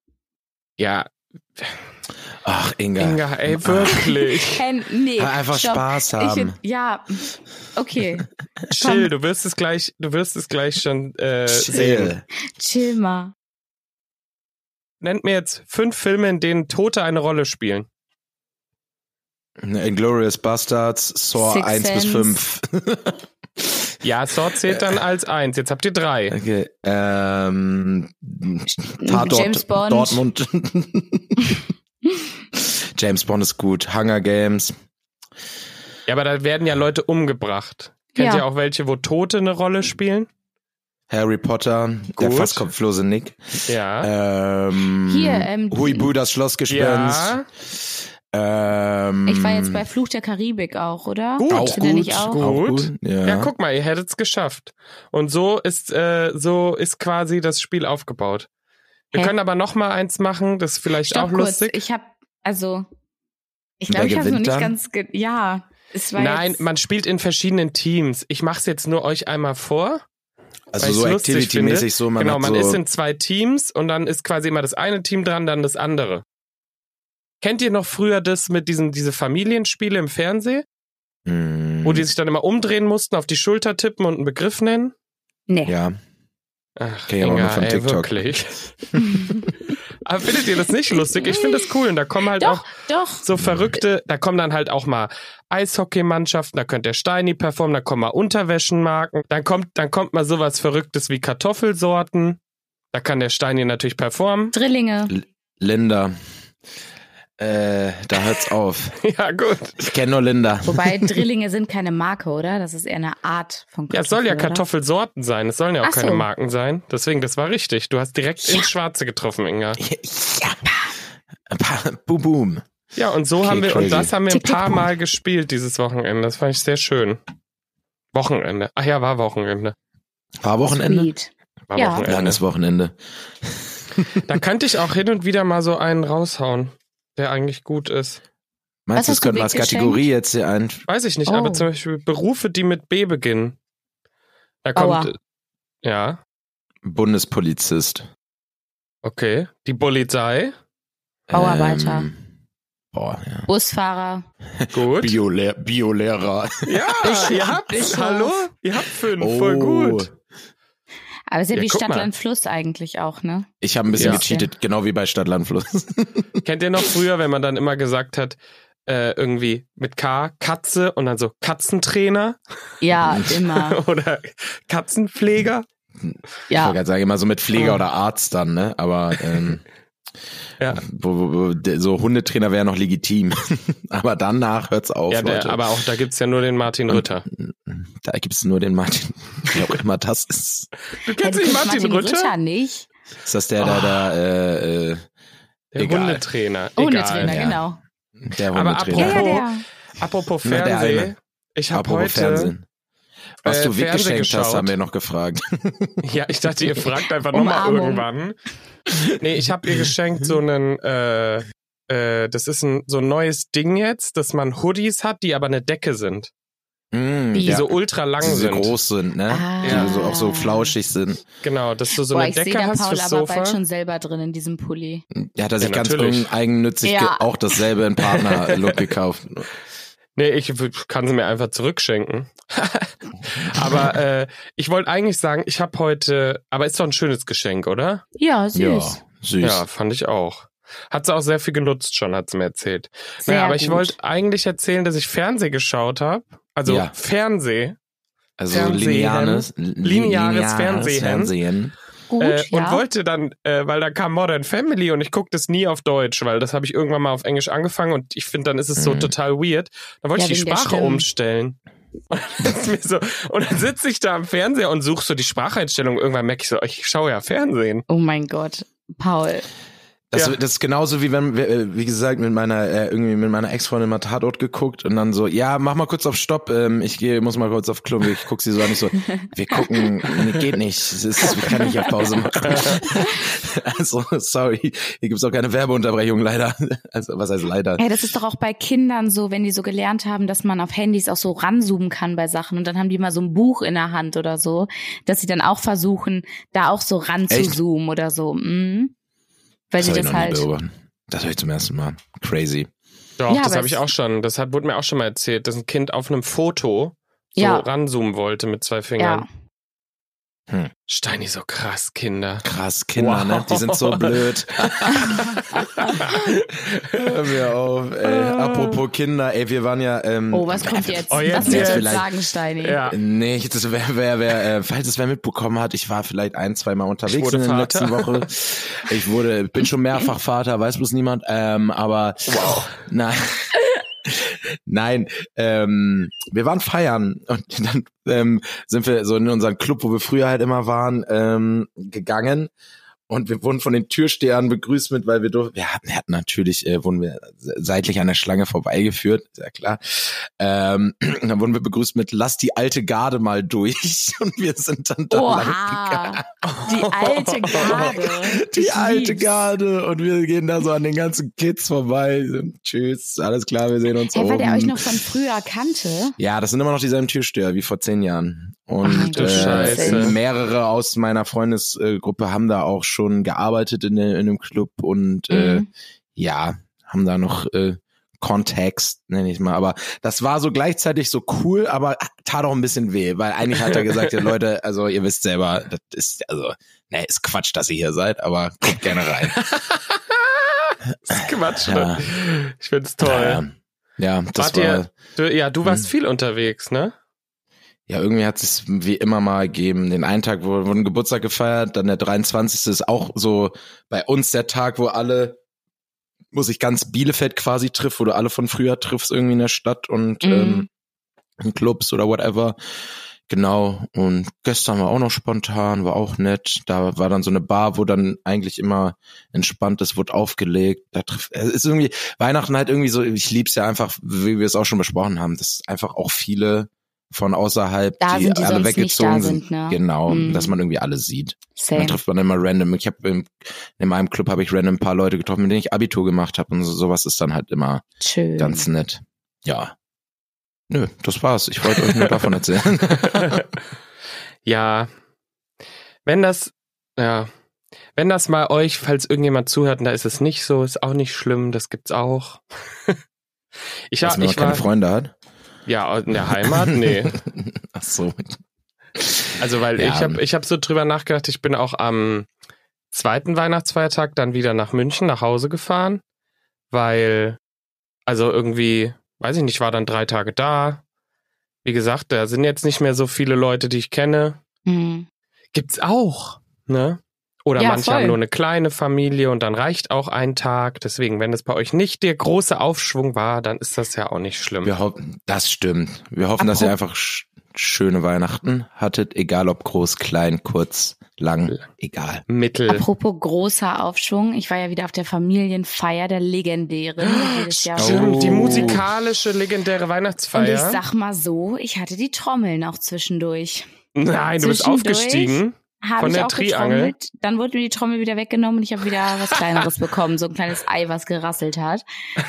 Speaker 3: Ja, Ah.
Speaker 1: Ach, Inga.
Speaker 3: Inga, ey, wirklich.
Speaker 2: Ken, Ähm, nee.
Speaker 1: Ah, einfach
Speaker 2: stopp.
Speaker 1: Spaß
Speaker 2: Ich,
Speaker 1: haben.
Speaker 2: würd- ja, okay.
Speaker 3: Chill, du wirst es gleich, du wirst es gleich schon äh, sehen.
Speaker 1: Chill.
Speaker 2: Chill mal.
Speaker 3: Nennt mir jetzt fünf Filme, in denen Tote eine Rolle spielen.
Speaker 1: Inglourious Ne, Bastards, Saw
Speaker 2: Sixth
Speaker 1: 1 bis
Speaker 2: Sense.
Speaker 1: 5.
Speaker 3: Ja, Saw zählt dann als eins. Jetzt habt ihr drei.
Speaker 1: Okay, ähm, Tatort,
Speaker 2: James Bond.
Speaker 1: Dortmund. James Bond ist gut. Hunger Games.
Speaker 3: Ja, aber da werden ja Leute umgebracht. Kennt
Speaker 2: Ja.
Speaker 3: ihr auch welche, wo Tote eine Rolle spielen?
Speaker 1: Harry Potter, der
Speaker 3: Gut.
Speaker 1: fast kopflose Nick. Äh,
Speaker 3: Ja.
Speaker 1: Ähm,
Speaker 2: Hier, ähm,
Speaker 1: Huibu, das Schlossgespenst.
Speaker 3: Ja.
Speaker 1: Ähm,
Speaker 2: Ich war jetzt bei Fluch der Karibik auch, oder?
Speaker 3: Mm. Gut.
Speaker 1: auch
Speaker 2: Sind da
Speaker 1: gut,
Speaker 2: nicht auch?
Speaker 1: auch
Speaker 3: Gut.
Speaker 1: gut. Ja.
Speaker 3: Ja, guck mal, ihr hättet es geschafft. Und so ist äh, so ist quasi das Spiel aufgebaut. Wir
Speaker 2: Hä?
Speaker 3: können aber noch mal eins machen, das ist vielleicht
Speaker 2: Stopp
Speaker 3: auch
Speaker 2: kurz.
Speaker 3: lustig.
Speaker 2: Ich habe also ich
Speaker 1: Wer
Speaker 2: glaube, ich habe noch
Speaker 1: gewinnt
Speaker 2: nicht
Speaker 1: dann?
Speaker 2: ganz ge ja, es war
Speaker 3: Nein,
Speaker 2: jetzt,
Speaker 3: man spielt in verschiedenen Teams. Ich mach's jetzt nur euch einmal vor. weil
Speaker 1: also
Speaker 3: ich's
Speaker 1: so
Speaker 3: lustig finde.
Speaker 1: Activity-mäßig so, man
Speaker 3: genau,
Speaker 1: hat
Speaker 3: man
Speaker 1: so,
Speaker 3: ist in zwei Teams und dann ist quasi immer das eine Team dran, dann das andere. Kennt ihr noch früher das mit diesen diese Familienspiele im Fernsehen,
Speaker 1: Mm,
Speaker 3: wo die sich dann immer umdrehen mussten, auf die Schulter tippen und einen Begriff nennen?
Speaker 2: nee.
Speaker 1: ja.
Speaker 3: Ach,
Speaker 1: Kenn ich aber nur von
Speaker 3: ey,
Speaker 1: TikTok.
Speaker 3: wirklich. aber findet ihr das nicht lustig? Ich finde das cool. Und da kommen halt
Speaker 2: Doch,
Speaker 3: auch
Speaker 2: doch.
Speaker 3: so verrückte, da kommen dann halt auch mal Eishockeymannschaften, da könnte der Steini performen, da kommen mal Unterwäschenmarken, dann kommt, dann kommt mal sowas Verrücktes wie Kartoffelsorten. Da kann der Steini natürlich performen.
Speaker 2: Drillinge.
Speaker 1: Linda. Äh, da hört's auf.
Speaker 3: Ja, gut.
Speaker 1: Ich kenne nur Linda.
Speaker 2: Wobei Drillinge sind keine Marke, oder? Das ist eher eine Art von Kartoffel.
Speaker 3: Ja, es soll ja
Speaker 2: oder?
Speaker 3: Kartoffelsorten sein. Es sollen ja auch
Speaker 2: Ach so.
Speaker 3: keine Marken sein. Deswegen, das war richtig. Du hast direkt ins Schwarze getroffen, Inga.
Speaker 1: Ja. Pa- Boom, boom.
Speaker 3: Ja, und so
Speaker 1: Okay,
Speaker 3: haben wir,
Speaker 1: crazy.
Speaker 3: und das haben wir ein
Speaker 2: Tick, tick,
Speaker 3: paar
Speaker 2: boom.
Speaker 3: Mal gespielt dieses Wochenende. Das fand ich sehr schön. Wochenende. Ach ja, war Wochenende.
Speaker 1: War Wochenende?
Speaker 2: Sweet.
Speaker 3: War
Speaker 2: Ja.
Speaker 3: Wochenende.
Speaker 1: Langes Wochenende.
Speaker 3: Da könnte ich auch hin und wieder mal so einen raushauen, der eigentlich gut ist.
Speaker 1: Meinst
Speaker 2: Was
Speaker 1: du,
Speaker 2: hast
Speaker 1: es
Speaker 2: du
Speaker 1: könnte mal als
Speaker 2: weggeschenkt?
Speaker 1: Kategorie jetzt hier ein?
Speaker 3: Weiß ich nicht,
Speaker 2: Oh.
Speaker 3: aber zum Beispiel Berufe, die mit B beginnen. Da kommt. äh,
Speaker 2: Bauer.
Speaker 3: Ja.
Speaker 1: Bundespolizist.
Speaker 3: Okay. Die Polizei.
Speaker 2: Bauarbeiter.
Speaker 1: Ähm, boah, ja.
Speaker 2: Busfahrer.
Speaker 3: Gut.
Speaker 1: Biolehr- Biolehrer.
Speaker 3: Ja, ihr habt,
Speaker 2: Bischof.
Speaker 3: hallo, ihr habt fünf,
Speaker 1: Oh.
Speaker 3: voll gut.
Speaker 2: Aber sehr
Speaker 3: Ja,
Speaker 2: wie
Speaker 3: guck
Speaker 2: Stadt,
Speaker 3: mal.
Speaker 2: Land, Fluss eigentlich auch, ne?
Speaker 1: Ich habe ein bisschen
Speaker 3: Ja.
Speaker 1: gecheatet, genau wie bei Stadtlandfluss.
Speaker 3: Kennt ihr noch früher, wenn man dann immer gesagt hat, äh, irgendwie mit K, Katze und dann so Katzentrainer
Speaker 2: Ja, immer.
Speaker 3: oder Katzenpfleger?
Speaker 1: Ich
Speaker 2: Ja.
Speaker 1: wollte gerade sagen, immer so mit Pfleger
Speaker 3: Ah.
Speaker 1: oder Arzt dann, ne? Aber ähm,
Speaker 3: Ja.
Speaker 1: wo, wo, wo, de- so Hundetrainer wäre noch legitim. aber danach hört's auf,
Speaker 3: ja, der,
Speaker 1: Leute.
Speaker 3: aber auch da gibt's ja nur den Martin
Speaker 1: Und-
Speaker 3: Rütter.
Speaker 1: da gibt's nur den Martin. Wie auch immer das ist.
Speaker 3: Du
Speaker 2: Hey, du
Speaker 3: kennst nicht
Speaker 2: kennst
Speaker 3: Martin, Rütter?
Speaker 2: nicht?
Speaker 1: Ist das der,
Speaker 3: Oh.
Speaker 1: der da, äh, äh,
Speaker 3: Der
Speaker 1: Egal.
Speaker 3: Hundetrainer.
Speaker 2: Ohne
Speaker 3: Egal.
Speaker 2: Trainer,
Speaker 1: Ja.
Speaker 2: genau.
Speaker 1: der
Speaker 3: Aber
Speaker 2: Ja,
Speaker 1: Hundetrainer?
Speaker 2: ja, der.
Speaker 3: Apropos- Apropos
Speaker 1: Na, der
Speaker 3: Fernsehen.
Speaker 1: eine.
Speaker 3: Ich habe heute
Speaker 1: Apropos Fernsehen. Was
Speaker 3: äh,
Speaker 1: du
Speaker 3: Fernsehen
Speaker 1: weggeschenkt hast,
Speaker 3: geschaut.
Speaker 1: haben wir noch gefragt.
Speaker 3: Ja, ich dachte, ihr fragt einfach
Speaker 2: Um
Speaker 3: nochmal
Speaker 2: Umarmung.
Speaker 3: irgendwann. Nee, ich habe ihr geschenkt so einen, äh, äh, das ist ein, so ein neues Ding jetzt, dass man Hoodies hat, die aber eine Decke sind.
Speaker 1: Mm,
Speaker 2: Die
Speaker 3: Die
Speaker 1: ja.
Speaker 3: so ultra lang
Speaker 1: die so
Speaker 3: sind.
Speaker 1: groß sind, ne?
Speaker 2: Ah.
Speaker 1: Die so auch so flauschig sind.
Speaker 3: Genau, dass du so
Speaker 2: Boah,
Speaker 3: eine
Speaker 2: ich sehe
Speaker 3: Decke
Speaker 2: da
Speaker 3: hast
Speaker 2: Paul
Speaker 3: fürs
Speaker 2: aber bald
Speaker 3: Sofa.
Speaker 2: schon selber drin in diesem Pulli.
Speaker 1: Ja, hat er
Speaker 3: Ja,
Speaker 1: sich ganz
Speaker 3: natürlich.
Speaker 1: irgend- eigennützig
Speaker 2: Ja.
Speaker 1: ge- auch dasselbe in Partner-Look gekauft.
Speaker 3: Nee, ich w- kann sie mir einfach zurückschenken. aber äh, ich wollte eigentlich sagen, ich habe heute, aber ist doch ein schönes Geschenk, oder?
Speaker 2: Ja, süß.
Speaker 1: Ja, süß.
Speaker 3: Ja, fand ich auch. Hat sie auch sehr viel genutzt schon, hat sie mir erzählt.
Speaker 2: Sehr
Speaker 3: Naja, aber
Speaker 2: gut.
Speaker 3: ich wollte eigentlich erzählen, dass ich Fernseh geschaut habe. Also
Speaker 1: Ja.
Speaker 3: Fernseh.
Speaker 1: Also
Speaker 3: Fernsehen.
Speaker 1: lineares, li-
Speaker 3: Lineares
Speaker 1: lineares
Speaker 3: Fernsehen.
Speaker 1: Fernsehen.
Speaker 2: Gut,
Speaker 3: Äh,
Speaker 2: ja.
Speaker 3: Und wollte dann, äh, weil da kam Modern Family und ich guck das nie auf Deutsch, weil das habe ich irgendwann mal auf Englisch angefangen und ich finde, dann ist es so
Speaker 1: Mhm.
Speaker 3: total weird. Dann wollte
Speaker 2: Ja,
Speaker 3: ich die
Speaker 2: wegen der
Speaker 3: Sprache
Speaker 2: Stimmen.
Speaker 3: umstellen. Und dann, ist mir so, und dann sitze ich da am Fernseher und suche so die Spracheinstellung. Irgendwann merke ich so, ich schaue ja Fernsehen.
Speaker 2: oh mein Gott, Paul.
Speaker 1: Das,
Speaker 3: Ja.
Speaker 1: das ist genauso wie wenn, äh, wie gesagt, mit meiner, äh, irgendwie mit meiner Ex-Freundin mal Tatort geguckt und dann so, ja, mach mal kurz auf Stopp, ähm, ich gehe, muss mal kurz auf Klo, ich guck sie so an, ich so, wir gucken, nee, geht nicht, es ist, ich kann nicht auf Pause machen. also, sorry, hier gibt's auch keine Werbeunterbrechung, leider. Also, was heißt leider?
Speaker 2: Hey, das ist doch auch bei Kindern so, wenn die so gelernt haben, dass man auf Handys auch so ranzoomen kann bei Sachen und dann haben die mal so ein Buch in der Hand oder so, dass sie dann auch versuchen, da auch so ranzuzoomen oder so. Mhm. Weil sie
Speaker 1: hab ich
Speaker 2: das
Speaker 1: noch nie
Speaker 2: halt.
Speaker 1: beobachtet. Das höre ich zum ersten Mal. Crazy.
Speaker 3: Doch,
Speaker 2: Ja,
Speaker 3: das
Speaker 2: aber
Speaker 3: habe ich
Speaker 2: es-
Speaker 3: auch schon. Das hat, wurde mir auch schon mal erzählt, dass ein Kind auf einem Foto so
Speaker 2: Ja.
Speaker 3: ranzoomen wollte mit zwei Fingern.
Speaker 2: Ja.
Speaker 3: Steini, so krass, Kinder.
Speaker 1: Krass, Kinder,
Speaker 3: Wow.
Speaker 1: ne? Die sind so blöd. Hör mir auf, ey. Apropos Kinder, ey, wir waren ja. Ähm,
Speaker 2: Oh, was kommt jetzt?
Speaker 3: Oh, jetzt-
Speaker 2: was willst du
Speaker 1: jetzt
Speaker 2: jetzt sagen, Steini?
Speaker 3: Ja.
Speaker 1: Nee, ich- das wär, wär, wär, äh, falls es wer mitbekommen hat, ich war vielleicht ein, zweimal unterwegs
Speaker 3: wurde
Speaker 1: in der
Speaker 3: Vater.
Speaker 1: letzten Woche. Ich wurde, bin schon mehrfach Vater, weiß bloß niemand, ähm, aber
Speaker 3: Wow.
Speaker 1: nein. Nein, ähm, wir waren feiern und dann ähm, sind wir so in unseren Club, wo wir früher halt immer waren, ähm, gegangen und wir wurden von den Türstehern begrüßt mit, weil wir durften, wir hatten, wir hatten natürlich, äh, wurden wir se- seitlich an der Schlange vorbeigeführt, ist ja klar. Ähm, dann wurden wir begrüßt mit, lass die alte Garde mal durch und wir sind dann da lang gegangen.
Speaker 2: Oha, die alte Garde.
Speaker 1: Die
Speaker 2: Ich
Speaker 1: alte
Speaker 2: lieb's.
Speaker 1: Garde und wir gehen da so an den ganzen Kids vorbei. Und tschüss, alles klar, wir sehen uns
Speaker 2: Hey, weil der
Speaker 1: oben.
Speaker 2: euch noch von früher kannte.
Speaker 1: Ja, das sind immer noch dieselben Türsteher wie vor zehn Jahren.
Speaker 2: Ach,
Speaker 1: Und
Speaker 2: du
Speaker 1: äh,
Speaker 2: Scheiße.
Speaker 1: mehrere aus meiner Freundesgruppe haben da auch schon gearbeitet in, der- in dem Club und äh,
Speaker 2: Mhm.
Speaker 1: ja, haben da noch äh, Kontext, nenne ich mal. Aber das war so gleichzeitig so cool, aber tat auch ein bisschen weh, weil eigentlich hat er gesagt, ja Leute, also ihr wisst selber, das ist also, ne, ist Quatsch, dass ihr hier seid, aber guckt gerne rein.
Speaker 3: Das ist Quatsch,
Speaker 1: Ja.
Speaker 3: ne? Ich find's toll.
Speaker 1: Ähm, Ja, das
Speaker 3: Wart ihr-
Speaker 1: war.
Speaker 3: Du, ja, du warst
Speaker 1: Hm.
Speaker 3: viel unterwegs, ne?
Speaker 1: Ja, irgendwie hat es wie immer mal gegeben. Den einen Tag wurde, wurde ein Geburtstag gefeiert, dann der 23. ist auch so bei uns der Tag, wo alle, wo sich ganz Bielefeld quasi trifft, wo du alle von früher triffst, irgendwie in der Stadt und
Speaker 2: Mhm.
Speaker 1: ähm, in Clubs oder whatever. Genau. Und gestern war auch noch spontan, war auch nett. Da war dann so eine Bar, wo dann eigentlich immer entspannt ist, wurde aufgelegt. Da trifft, es ist irgendwie Weihnachten halt irgendwie so, ich lieb's ja einfach, wie wir es auch schon besprochen haben, dass einfach auch viele von außerhalb,
Speaker 2: Da
Speaker 1: die,
Speaker 2: sind, die
Speaker 1: alle
Speaker 2: sonst nicht da
Speaker 1: weggezogen sind.
Speaker 2: sind, ne?
Speaker 1: Genau,
Speaker 2: Mhm.
Speaker 1: dass man irgendwie alle sieht. Dann
Speaker 2: Same.
Speaker 1: trifft man immer random. Ich habe in, in meinem Club habe ich random ein paar Leute getroffen, mit denen ich Abitur gemacht habe und so, sowas ist dann halt immer
Speaker 2: Schön.
Speaker 1: ganz nett. Ja. Nö, das war's. Ich wollte euch nur davon erzählen.
Speaker 3: ja. Wenn das, ja. Wenn das mal euch, falls irgendjemand zuhört und da ist es nicht so, ist auch nicht schlimm, das gibt's auch. ich
Speaker 1: dass
Speaker 3: hab,
Speaker 1: man
Speaker 3: ich
Speaker 1: keine
Speaker 3: war,
Speaker 1: Freunde hat.
Speaker 3: ja, in der Heimat, nee.
Speaker 1: Ach so.
Speaker 3: Also weil
Speaker 1: Ja. ähm.
Speaker 3: ich habe ich hab so drüber nachgedacht, ich bin auch am zweiten Weihnachtsfeiertag dann wieder nach München nach Hause gefahren, weil also irgendwie, weiß ich nicht, war dann drei Tage da. Wie gesagt, da sind jetzt nicht mehr so viele Leute, die ich kenne.
Speaker 2: Mhm.
Speaker 3: Gibt's auch, ne? Oder
Speaker 2: Ja,
Speaker 3: manche
Speaker 2: voll.
Speaker 3: haben nur eine kleine Familie und dann reicht auch ein Tag. Deswegen, wenn es bei euch nicht der große Aufschwung war, dann ist das ja auch nicht schlimm.
Speaker 1: Wir hoffen, das stimmt. Wir hoffen, dass ihr einfach sch schöne Weihnachten hattet, egal ob groß, klein, kurz, lang, egal.
Speaker 3: Mittel.
Speaker 2: Apropos großer Aufschwung, ich war ja wieder auf der Familienfeier der Legendären die jedes Jahr.
Speaker 1: Stimmt,
Speaker 2: war.
Speaker 1: die
Speaker 3: Die
Speaker 1: Oh.
Speaker 3: musikalische legendäre
Speaker 2: Und ich
Speaker 3: Weihnachtsfeier.
Speaker 2: sag mal so, ich hatte die Trommeln auch zwischendurch.
Speaker 3: Nein, du bist
Speaker 2: Zwischendurch-
Speaker 3: aufgestiegen.
Speaker 2: Hab
Speaker 3: Von
Speaker 2: ich
Speaker 3: der
Speaker 2: auch
Speaker 3: Triangel?
Speaker 2: getrommelt. Dann wurde mir die Trommel wieder weggenommen und ich habe wieder was Kleineres bekommen, so ein kleines Ei, was gerasselt hat.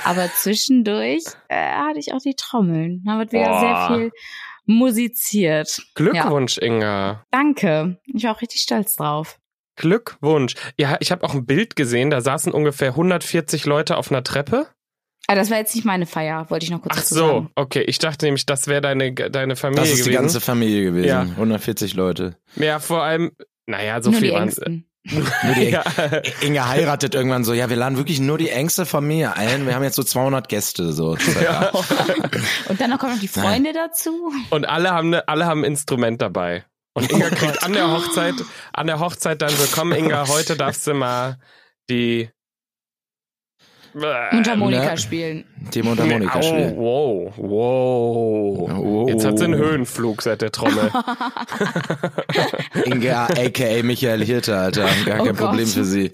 Speaker 2: Aber zwischendurch äh, hatte ich auch die Trommeln. Da wird wieder
Speaker 3: Boah.
Speaker 2: sehr viel musiziert.
Speaker 3: Glückwunsch, Inga.
Speaker 2: Danke. Ich war auch richtig stolz drauf.
Speaker 3: Glückwunsch. Ja, ich habe auch ein Bild gesehen, da saßen ungefähr 140 Leute auf einer Treppe.
Speaker 2: Aber Ah, das war jetzt nicht meine Feier, wollte ich noch kurz
Speaker 3: Ach
Speaker 2: dazu
Speaker 3: so,
Speaker 2: sagen.
Speaker 3: okay. Ich dachte nämlich, das wäre deine, deine Familie
Speaker 1: Das ist die ganze
Speaker 3: gewesen.
Speaker 1: Familie gewesen.
Speaker 3: Ja.
Speaker 1: 140 Leute.
Speaker 3: Ja, vor allem, naja, so
Speaker 2: Nur
Speaker 3: viel
Speaker 2: die
Speaker 3: waren
Speaker 2: Ängsten.
Speaker 1: Nur die
Speaker 3: ja.
Speaker 1: Inge heiratet irgendwann so, ja, wir laden wirklich nur die engste Familie ein. Wir haben jetzt so 200 Gäste, so. circa.
Speaker 2: Und dann noch kommen noch die Freunde dazu.
Speaker 3: Und alle haben, ne, alle haben ein Instrument dabei.
Speaker 1: Oh
Speaker 3: Und Inga kriegt an der Hochzeit, an der Hochzeit dann so, komm Inga, heute darfst du mal die Ähm,
Speaker 2: Mundharmonika
Speaker 1: Ne.
Speaker 2: spielen.
Speaker 1: Dem und Harmonika
Speaker 3: oh,
Speaker 1: spielen.
Speaker 3: wow, wow.
Speaker 1: Oh.
Speaker 3: Jetzt hat sie einen Höhenflug seit der Trommel.
Speaker 1: Inge, aka Michael Hirte, Alter. Gar
Speaker 2: Oh
Speaker 1: kein
Speaker 2: Gott.
Speaker 1: Problem für sie.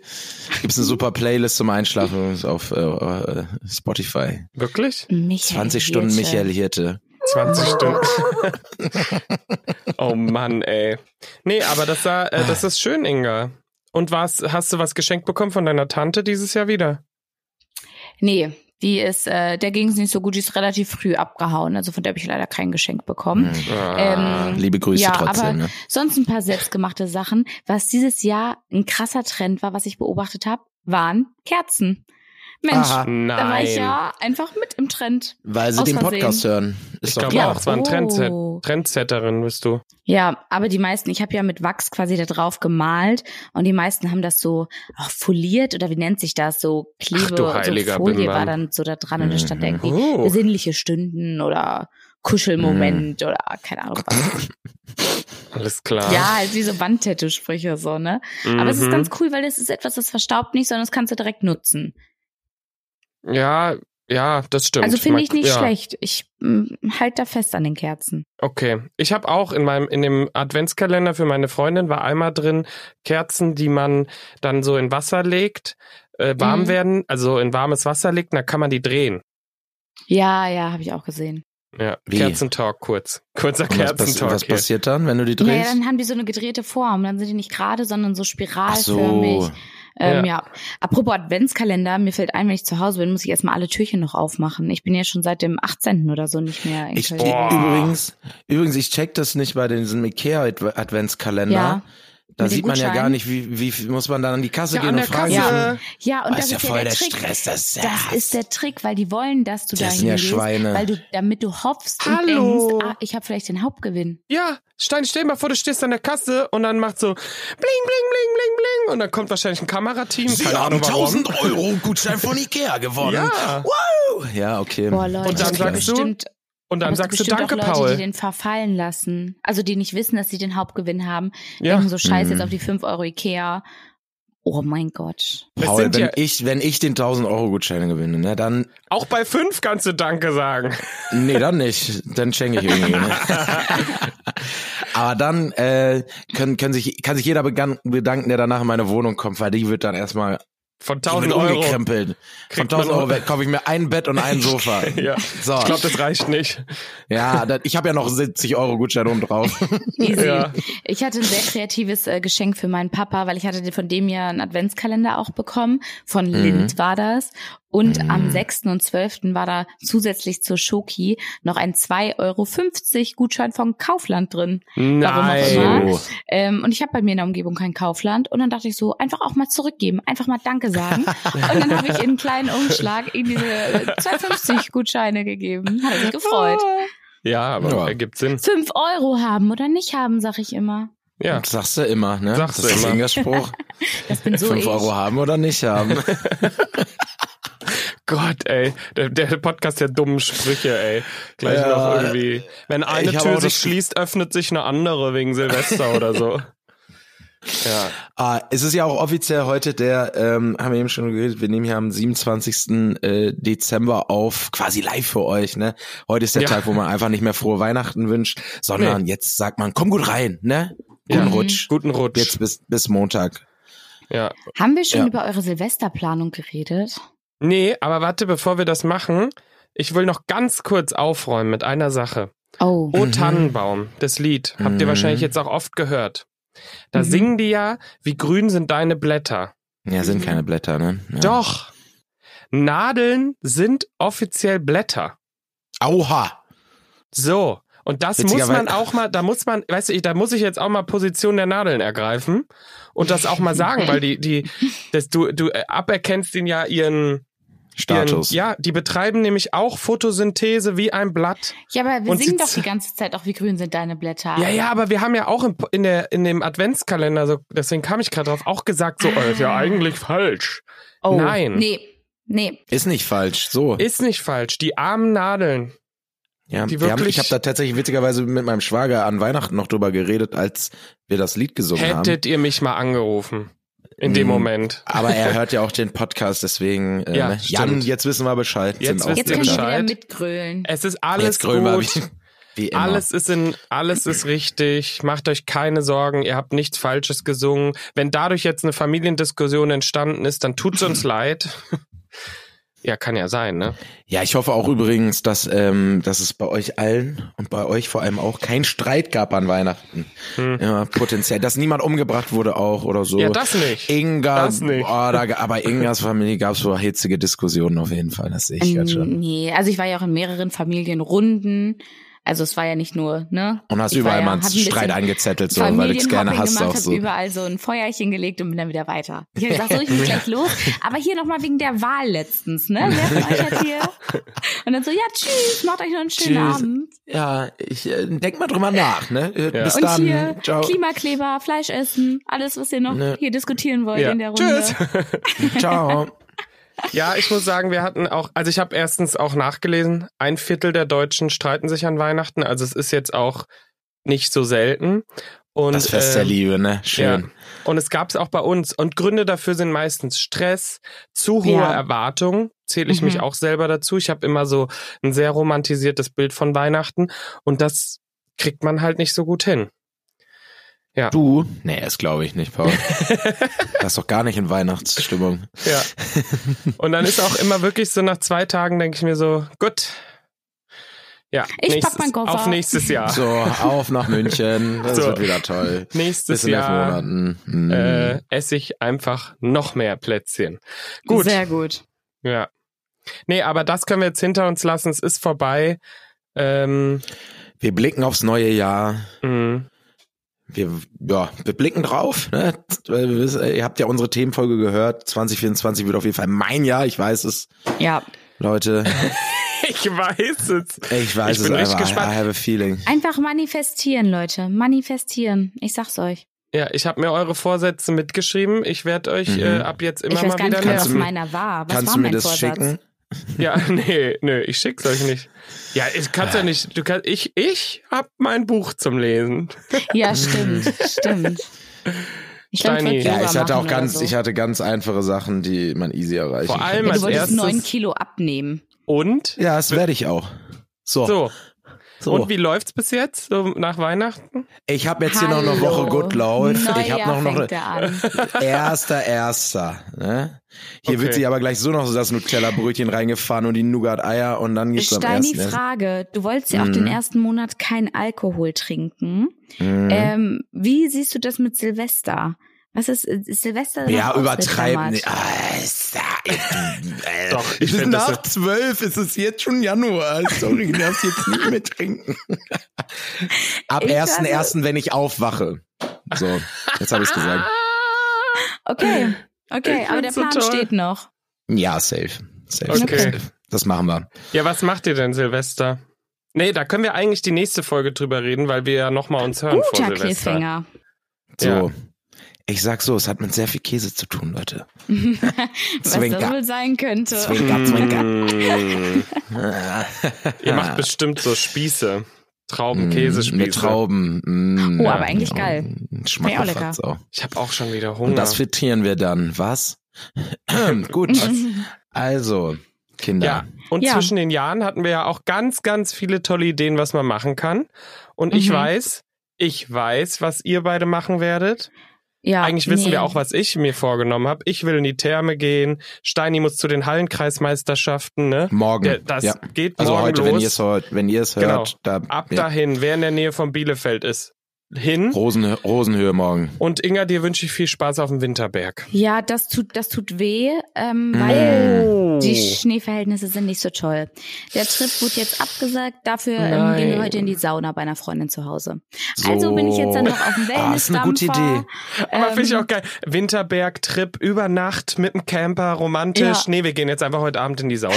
Speaker 1: Gibt's eine super Playlist zum Einschlafen auf äh, äh, Spotify.
Speaker 3: Wirklich?
Speaker 2: Michael äh,
Speaker 1: 20 Stunden
Speaker 2: Hirte.
Speaker 1: Michael Hirte.
Speaker 3: 20 Stunden. oh Mann, ey. Nee, aber das sah, äh, das ist schön, Inga. Und was, hast du was geschenkt bekommen von deiner Tante dieses Jahr wieder?
Speaker 2: Nee, die ist, äh, der ging es nicht so gut, die ist relativ früh abgehauen. Also von der habe ich leider kein Geschenk bekommen.
Speaker 1: Mhm.
Speaker 3: Ah,
Speaker 2: Ähm,
Speaker 1: Liebe Grüße
Speaker 2: ja, aber
Speaker 1: trotzdem. Ne?
Speaker 2: Sonst ein paar selbstgemachte Sachen. Was dieses Jahr ein krasser Trend war, was ich beobachtet habe, waren Kerzen. Mensch,
Speaker 1: Aha.
Speaker 3: Ah, Nein.
Speaker 2: da war ich ja einfach mit im Trend.
Speaker 1: Weil sie
Speaker 2: Aus
Speaker 1: den
Speaker 2: Versehen.
Speaker 1: Podcast hören.
Speaker 3: Ich
Speaker 1: Ist doch
Speaker 3: glaube
Speaker 1: klar.
Speaker 3: auch, es war ein
Speaker 2: Oh.
Speaker 3: Trendset Trendsetterin, bist du.
Speaker 2: Ja, aber die meisten, ich habe ja mit Wachs quasi da drauf gemalt und die meisten haben das so auch foliert oder wie nennt sich das so Klebe
Speaker 3: Ach, du heiliger
Speaker 2: so Folie
Speaker 3: Bimbam.
Speaker 2: war dann so da dran und da stand
Speaker 1: Mhm.
Speaker 2: irgendwie
Speaker 3: Oh.
Speaker 2: besinnliche Stunden oder Kuschelmoment
Speaker 3: Mhm.
Speaker 2: oder keine Ahnung was.
Speaker 3: Alles klar.
Speaker 2: Ja, halt wie so Wandtattoo-Sprüche so, ne?
Speaker 3: mhm.
Speaker 2: Aber es ist ganz cool, weil das ist etwas, das verstaubt nicht, sondern das kannst du direkt nutzen.
Speaker 3: Mhm. Ja, ja, das stimmt.
Speaker 2: Also finde ich
Speaker 3: Man-
Speaker 2: nicht
Speaker 3: ja.
Speaker 2: schlecht. Ich mh, halt da fest an den Kerzen.
Speaker 3: Okay, ich habe auch in meinem in dem Adventskalender für meine Freundin war einmal drin Kerzen, die man dann so in Wasser legt, äh, warm
Speaker 2: Mhm.
Speaker 3: werden, also in warmes Wasser legt, und dann kann man die drehen.
Speaker 2: Ja, ja, habe ich auch gesehen.
Speaker 3: Ja,
Speaker 1: Wie?
Speaker 3: Kerzentalk kurz. Kurzer
Speaker 1: Und was, passi-
Speaker 3: Kerzentalk
Speaker 1: was
Speaker 3: hier.
Speaker 1: passiert dann, wenn du die
Speaker 2: Ja, ja,
Speaker 1: drehst?
Speaker 2: dann halt haben die so eine gedrehte Form. Dann sind die nicht gerade, sondern so
Speaker 1: Ach
Speaker 2: spiralförmig.
Speaker 1: so.
Speaker 2: Ähm, ja. apropos Adventskalender, mir fällt ein, wenn ich zu Hause bin, muss ich erstmal alle Türchen noch aufmachen. Ich bin ja schon seit dem 18. oder so nicht mehr in
Speaker 1: Ich,
Speaker 2: Köln.
Speaker 3: Boah.
Speaker 1: übrigens, übrigens, ich check das nicht bei diesem Ikea Adv- Adventskalender.
Speaker 2: Ja.
Speaker 1: Da
Speaker 2: Mit dem
Speaker 1: sieht man ja
Speaker 2: Gutschein.
Speaker 1: gar nicht, wie, wie viel- muss man dann an die Kasse
Speaker 3: Ja,
Speaker 1: gehen
Speaker 3: an
Speaker 1: und
Speaker 3: der
Speaker 1: fragen.
Speaker 2: Kasse.
Speaker 1: Ja.
Speaker 2: Ja, und
Speaker 1: Das
Speaker 2: das,
Speaker 1: ist ja
Speaker 2: ist ja
Speaker 1: voll
Speaker 2: der,
Speaker 1: der
Speaker 2: Trick.
Speaker 1: Stress, das ist ja
Speaker 2: das ist der Trick, weil die wollen, dass du
Speaker 1: Das
Speaker 2: da
Speaker 1: sind ja
Speaker 2: hingehst,
Speaker 1: Schweine.
Speaker 2: weil du, damit du hoffst
Speaker 3: Hallo.
Speaker 2: und denkst, ah, ich habe vielleicht den Hauptgewinn.
Speaker 3: Ja, Stein, stell dir mal vor, du stehst an der Kasse und dann macht so bling, bling, bling, bling, bling und dann kommt wahrscheinlich ein Kamerateam. keine Ahnung warum.
Speaker 1: Euro Gutschein von Ikea gewonnen.
Speaker 3: Ja.
Speaker 1: Wow. Ja, okay.
Speaker 2: Boah, Leute,
Speaker 3: Und
Speaker 2: es
Speaker 3: dann
Speaker 2: gibt
Speaker 3: sagst du-
Speaker 2: bestimmt,
Speaker 3: Und dann
Speaker 2: aber es
Speaker 3: sagst du
Speaker 2: gibt bestimmt
Speaker 3: Danke,
Speaker 2: auch Leute,
Speaker 3: Paul.
Speaker 2: die den verfallen lassen. Also die nicht wissen, dass sie den Hauptgewinn haben.
Speaker 3: Ja.
Speaker 2: Denken so, scheiße,
Speaker 1: Mhm.
Speaker 2: jetzt auf die 5 Euro Ikea. Oh mein Gott.
Speaker 3: Es
Speaker 1: Paul,
Speaker 3: sind
Speaker 1: wenn
Speaker 3: ja-
Speaker 1: ich, wenn ich den 1000 Euro Gutschein gewinne, ne, dann,
Speaker 3: Auch bei fünf kannst du Danke sagen.
Speaker 1: nee, dann nicht. Dann schenke ich irgendwie. Ne? Aber dann äh, können, können sich, kann sich jeder began- bedanken, der danach in meine Wohnung kommt, weil die wird dann erstmal
Speaker 3: Von
Speaker 1: die wird
Speaker 3: 1000 Euro.
Speaker 1: umgekrempelt. Von
Speaker 3: Kriegt man
Speaker 1: 1000 Euro
Speaker 3: noch-
Speaker 1: weg kaufe ich mir ein Bett und ein Sofa.
Speaker 3: Ja.
Speaker 1: So,
Speaker 3: Ich glaube, das reicht nicht.
Speaker 1: ja, da- ich habe ja noch 70 Euro Gutschein oben drauf.
Speaker 2: Easy.
Speaker 3: Ja.
Speaker 2: Ich hatte ein sehr kreatives äh, Geschenk
Speaker 1: Mhm.
Speaker 2: für meinen Papa, weil ich hatte von dem ja einen Adventskalender auch bekommen. Von Lind war das. Und am 6. und 12. war da zusätzlich zur Schoki noch ein 2,50 Euro Gutschein von Kaufland drin.
Speaker 3: Nein.
Speaker 2: Warum auch immer. Ähm, und ich habe bei mir in der Umgebung kein Kaufland. Und dann dachte ich so, einfach auch mal zurückgeben, einfach mal Danke sagen. und dann habe ich in einen kleinen Umschlag ihm diese 2,50 Gutscheine gegeben. Hat er sich gefreut.
Speaker 1: Oh.
Speaker 3: Ja, aber
Speaker 1: Ja.
Speaker 3: ergibt Sinn.
Speaker 2: Fünf Euro haben oder nicht haben, sag ich immer.
Speaker 3: Ja.
Speaker 1: Das sagst du immer, ne?
Speaker 3: Sagst
Speaker 1: das
Speaker 3: du
Speaker 1: ist
Speaker 3: immer.
Speaker 1: Ingas Spruch.
Speaker 2: Das bin so
Speaker 1: Fünf
Speaker 2: ich.
Speaker 1: Euro haben oder nicht haben.
Speaker 3: Gott, ey. Der, der Podcast der dummen Sprüche, ey. Gleich
Speaker 1: Ja,
Speaker 3: noch irgendwie. Wenn eine
Speaker 1: ich hab
Speaker 3: Tür
Speaker 1: auch
Speaker 3: sich
Speaker 1: das-
Speaker 3: schließt, öffnet sich eine andere wegen Silvester oder so. Ja.
Speaker 1: Ah, es ist ja auch offiziell heute der, ähm, haben wir eben schon geredet, wir nehmen hier am 27. äh, Dezember auf, quasi live für euch, ne? Heute ist der
Speaker 3: Ja.
Speaker 1: Tag, wo man einfach nicht mehr frohe Weihnachten wünscht, sondern jetzt sagt man, komm gut rein, ne? Guten
Speaker 3: Ja. Mhm.
Speaker 1: Rutsch.
Speaker 3: Guten Rutsch.
Speaker 1: Jetzt bis, bis Montag.
Speaker 3: Ja.
Speaker 2: Haben wir schon
Speaker 1: Ja.
Speaker 2: über eure Silvesterplanung geredet?
Speaker 3: Nee, aber warte, bevor wir das machen, ich will noch ganz kurz aufräumen mit einer Sache.
Speaker 2: Oh.
Speaker 3: O
Speaker 1: Mhm.
Speaker 3: Tannenbaum, das Lied, habt ihr
Speaker 1: Mhm.
Speaker 3: wahrscheinlich jetzt auch oft gehört. Da
Speaker 2: Mhm.
Speaker 3: singen die ja, wie grün sind deine Blätter.
Speaker 1: Ja, sind
Speaker 2: Mhm.
Speaker 1: keine Blätter, ne? Ja.
Speaker 3: Doch. Nadeln sind offiziell Blätter.
Speaker 1: Auha!
Speaker 3: So. Und das muss
Speaker 1: Witzigerweise-
Speaker 3: man auch mal, da muss man, weißt du, ich- da muss ich jetzt auch mal Position der Nadeln ergreifen und das auch mal sagen, weil die, die, das, du, du äh, aberkennst ihnen ja ihren, ihren,
Speaker 1: Status.
Speaker 3: ja, die betreiben nämlich auch Photosynthese wie ein Blatt.
Speaker 2: Ja, aber wir
Speaker 3: Und
Speaker 2: singen
Speaker 3: sie-
Speaker 2: doch die ganze Zeit auch, wie grün sind deine Blätter.
Speaker 3: Ja, ja, aber wir haben ja auch im, in der, in dem Adventskalender, so, deswegen kam ich gerade drauf, auch gesagt, so, äh, ist ja eigentlich falsch.
Speaker 2: Oh.
Speaker 3: Nein.
Speaker 2: Nee, nee.
Speaker 1: Ist nicht falsch, so.
Speaker 3: Ist nicht falsch. Die armen Nadeln.
Speaker 1: ja,
Speaker 3: die
Speaker 1: wir haben,
Speaker 3: wirklich-
Speaker 1: ich habe da tatsächlich witzigerweise mit meinem Schwager an Weihnachten noch drüber geredet, als wir das Lied gesungen haben.
Speaker 3: Hättet ihr mich mal angerufen. In dem
Speaker 1: Mhm.
Speaker 3: Moment.
Speaker 1: Aber er hört ja auch den Podcast, deswegen äh,
Speaker 3: Ja,
Speaker 1: ne? Jan,
Speaker 3: stimmt.
Speaker 1: jetzt wissen wir Bescheid.
Speaker 3: Jetzt
Speaker 1: auch
Speaker 3: wisst ihr
Speaker 2: Jetzt
Speaker 1: Blätter.
Speaker 2: können wir wieder
Speaker 3: Bescheid?
Speaker 2: mitgrölen.
Speaker 1: Äh,
Speaker 3: Es ist
Speaker 1: Jetzt
Speaker 3: alles
Speaker 1: grün war
Speaker 3: gut.
Speaker 1: Wie, wie immer.
Speaker 3: Alles ist in, alles ist richtig. Macht euch keine Sorgen. Ihr habt nichts Falsches gesungen. Wenn dadurch jetzt eine Familiendiskussion entstanden ist, dann tut's uns leid. Ja, kann ja sein, ne?
Speaker 1: Ja, ich hoffe auch übrigens, dass, ähm, dass es bei euch allen und bei euch vor allem auch keinen Streit gab an Weihnachten. Ja, potenziell. Dass niemand umgebracht wurde auch oder so.
Speaker 3: Ja, das nicht.
Speaker 1: Inga,
Speaker 3: Das nicht.
Speaker 1: Oh, da, aber Ingas Familie gab es so hitzige Diskussionen auf jeden Fall. Das sehe ich ganz schon.
Speaker 2: Nee, also ich war ja auch in mehreren Familienrunden. Also es war ja nicht nur, ne?
Speaker 1: Und hast
Speaker 2: ich war
Speaker 1: überall
Speaker 2: ja,
Speaker 1: mal einen
Speaker 2: hab ein bisschen
Speaker 1: Streit angezettelt, so, weil du es gerne
Speaker 2: Familienhopping
Speaker 1: hast
Speaker 2: gemacht,
Speaker 1: auch
Speaker 2: hab
Speaker 1: so.
Speaker 2: überall so ein Feuerchen gelegt und bin dann wieder weiter. Ich habe gesagt, so, ich muss gleich los. Aber hier nochmal wegen der Wahl letztens, ne? Wer von euch hat hier? Und dann so, ja, tschüss, macht euch noch einen schönen
Speaker 1: Tschüss.
Speaker 2: Abend.
Speaker 1: Ja, ich äh, denk mal drüber nach, ne? Äh,
Speaker 3: Ja.
Speaker 1: Bis
Speaker 2: Und
Speaker 1: dann.
Speaker 2: hier
Speaker 1: Ciao.
Speaker 2: Klimakleber, Fleisch essen, alles, was ihr noch
Speaker 1: Ne.
Speaker 2: hier diskutieren wollt
Speaker 3: Ja.
Speaker 2: in der Runde.
Speaker 3: Tschüss.
Speaker 1: Ciao.
Speaker 3: Ja, ich muss sagen, wir hatten auch, also ich habe erstens auch nachgelesen, ein Viertel der Deutschen streiten sich an Weihnachten. Also es ist jetzt auch nicht so selten. Und,
Speaker 1: Das Fest der
Speaker 3: ähm,
Speaker 1: Liebe, ne? Schön.
Speaker 3: Ja. Und es gab es auch bei uns. Und Gründe dafür sind meistens Stress, zu hohe
Speaker 2: Ja.
Speaker 3: Erwartungen. Zähle ich
Speaker 2: Mhm.
Speaker 3: mich auch selber dazu. Ich habe immer so ein sehr romantisiertes Bild von Weihnachten und das kriegt man halt nicht so gut hin.
Speaker 1: Du? Nee, das glaube ich nicht, Paul. das ist doch gar nicht in Weihnachtsstimmung.
Speaker 3: Ja. und dann ist auch immer wirklich so nach zwei Tagen denke ich mir so, gut. Ja,
Speaker 2: Ich pack
Speaker 3: nächstes-
Speaker 2: meinen Koffer.
Speaker 3: auf nächstes Jahr.
Speaker 1: So, auf nach München. Das
Speaker 3: Ah. So.
Speaker 1: wird wieder toll.
Speaker 3: Nächstes
Speaker 1: Bis in elf
Speaker 3: Jahr
Speaker 1: Monaten. Hm.
Speaker 3: äh, esse ich einfach noch mehr Plätzchen. Gut.
Speaker 2: Sehr gut.
Speaker 3: Ja. Nee, aber das können wir jetzt hinter uns lassen. Es ist vorbei. Ähm, mhm.
Speaker 1: Wir blicken aufs neue Jahr.
Speaker 3: mh,
Speaker 1: Wir, ja, wir blicken drauf. Ne? Weil wir wissen, Ihr habt ja unsere Themenfolge gehört. 2024 wird auf jeden Fall mein Jahr. Ich weiß es,
Speaker 2: Ja.
Speaker 1: Leute.
Speaker 3: ich weiß es.
Speaker 1: Ich weiß
Speaker 3: Ich
Speaker 1: es
Speaker 3: bin richtig
Speaker 1: einfach.
Speaker 3: gespannt.
Speaker 1: I have a feeling.
Speaker 2: Einfach manifestieren, Leute. Manifestieren. Ich sag's euch.
Speaker 3: Ja, ich habe mir eure Vorsätze mitgeschrieben. Ich werde euch
Speaker 1: Mhm.
Speaker 3: äh, ab jetzt
Speaker 2: Ich
Speaker 3: immer
Speaker 2: weiß
Speaker 3: mal
Speaker 2: gar nicht,
Speaker 3: wieder
Speaker 2: was
Speaker 1: Kannst
Speaker 2: auf
Speaker 1: du
Speaker 3: nerven.
Speaker 1: mir-
Speaker 2: meiner war. Was
Speaker 1: Kannst
Speaker 2: war
Speaker 1: du mir
Speaker 2: mein
Speaker 1: das
Speaker 2: Vorsatz?
Speaker 1: schicken?
Speaker 3: Ja, nee, nee, ich schick's euch nicht. Ja, ich kann's ja nicht. Du kannst, ich, ich hab mein Buch zum Lesen.
Speaker 2: Ja, stimmt, stimmt. Ich glaub, ich
Speaker 3: Steini.
Speaker 2: wollte
Speaker 1: Ja,
Speaker 2: Yoga
Speaker 1: ich hatte auch
Speaker 2: machen oder
Speaker 1: ganz,
Speaker 2: so.
Speaker 1: ich hatte ganz einfache Sachen, die man easy erreichen
Speaker 3: Vor
Speaker 1: kann.
Speaker 3: allem
Speaker 2: ja,
Speaker 3: als
Speaker 2: du wolltest
Speaker 3: erstes-
Speaker 2: neun Kilo abnehmen.
Speaker 3: Und?
Speaker 1: Ja, das werde ich auch. So,
Speaker 3: So.
Speaker 1: so.
Speaker 3: Und wie läuft's bis jetzt? So nach Weihnachten?
Speaker 1: ich habe jetzt hier noch eine
Speaker 2: Hallo.
Speaker 1: Woche Good Lauf. Ich habe
Speaker 2: Neujahr
Speaker 1: noch, noch eine,
Speaker 2: fängt er an.
Speaker 1: Erster, erster. Ne? Hier
Speaker 3: Okay.
Speaker 1: wird sich aber gleich so noch so das Nutella-Brötchen reingefahren und die Nougat-Eier und dann ne? geht's am
Speaker 2: Steini,
Speaker 1: ersten. ersten.
Speaker 2: Frage. Du wolltest ja auch
Speaker 1: Mhm.
Speaker 2: den ersten Monat kein Alkohol trinken.
Speaker 1: Mhm.
Speaker 2: Ähm, wie siehst du das mit Silvester? Was ist, ist Silvester?
Speaker 1: ja,
Speaker 2: noch
Speaker 1: übertreiben.
Speaker 2: ausgeklammert?
Speaker 1: nicht. Ah, ist da- äh,
Speaker 3: Doch, ich
Speaker 1: es ist
Speaker 3: find das
Speaker 1: nach
Speaker 3: so-
Speaker 1: zwölf, es ist jetzt schon Januar. Sorry, du darfst jetzt nicht mehr trinken. Ab
Speaker 2: Ich
Speaker 1: 1.1., wenn ich aufwache. So, jetzt habe ich es gesagt.
Speaker 3: Ah.
Speaker 2: Okay, okay,
Speaker 3: Ich
Speaker 2: aber der
Speaker 3: find's so
Speaker 2: Plan
Speaker 3: toll.
Speaker 2: steht noch.
Speaker 1: Ja, safe. Safe.
Speaker 3: Okay.
Speaker 1: safe. Das machen wir.
Speaker 3: Ja, was macht ihr denn, Silvester? Nee, da können wir eigentlich die nächste Folge drüber reden, weil wir ja nochmal uns hören vor
Speaker 2: Guter
Speaker 3: Silvester.
Speaker 2: Cliffhanger.
Speaker 1: So.
Speaker 3: Ja.
Speaker 1: Ich sag so, es hat mit sehr viel Käse zu tun, Leute.
Speaker 2: Was das
Speaker 1: Zwinker.
Speaker 2: wohl sein könnte.
Speaker 1: Zwinker, zwinker.
Speaker 3: Mm, ihr macht
Speaker 1: Ah.
Speaker 3: bestimmt so Spieße.
Speaker 1: Mm, Mit
Speaker 3: Traubenkäsespieße.
Speaker 1: Trauben. Mm,
Speaker 2: Oh, aber eigentlich geil.
Speaker 1: Schmackhaft
Speaker 2: Wäre auch lecker.
Speaker 1: so.
Speaker 3: ich habe auch schon wieder Hunger.
Speaker 1: Und das frittieren wir dann. Was? Gut. Also, Kinder.
Speaker 3: Ja, und
Speaker 2: Ja.
Speaker 3: zwischen den Jahren hatten wir ja auch ganz, ganz viele tolle Ideen, was man machen kann. Und ich
Speaker 2: Mhm.
Speaker 3: weiß, ich weiß, was ihr beide machen werdet.
Speaker 2: ja,
Speaker 3: Eigentlich wissen
Speaker 2: nee.
Speaker 3: wir auch, was ich mir vorgenommen habe. Ich will in die Therme gehen. Steini muss zu den Hallenkreismeisterschaften. Ne?
Speaker 1: Morgen.
Speaker 3: Der, das
Speaker 1: ja.
Speaker 3: geht
Speaker 1: Also
Speaker 3: morgen
Speaker 1: heute,
Speaker 3: los. Genau.
Speaker 1: wenn ihr es hört, wenn ihr es hört, da,
Speaker 3: Ab
Speaker 1: ja.
Speaker 3: dahin, wer in der Nähe von Bielefeld ist, hin.
Speaker 1: Rosen, Rosenhöhe morgen.
Speaker 3: Und Inga, dir wünsche ich viel Spaß auf dem Winterberg.
Speaker 2: Ja, das tut, das tut weh, ähm,
Speaker 1: Mm.
Speaker 2: weil
Speaker 3: Oh.
Speaker 2: die Schneeverhältnisse sind nicht so toll. Der Trip wurde jetzt abgesagt, dafür ähm, gehen wir
Speaker 3: Nein.
Speaker 2: heute in die Sauna bei einer Freundin zu Hause.
Speaker 1: So.
Speaker 2: Also bin ich jetzt dann noch auf dem
Speaker 1: Ah,
Speaker 2: wellness
Speaker 1: ist eine gute Idee.
Speaker 3: Aber finde ich auch geil. Winterberg-Trip über Nacht mit dem Camper, romantisch.
Speaker 2: Ja.
Speaker 3: Nee, wir gehen jetzt einfach heute Abend in die Sauna.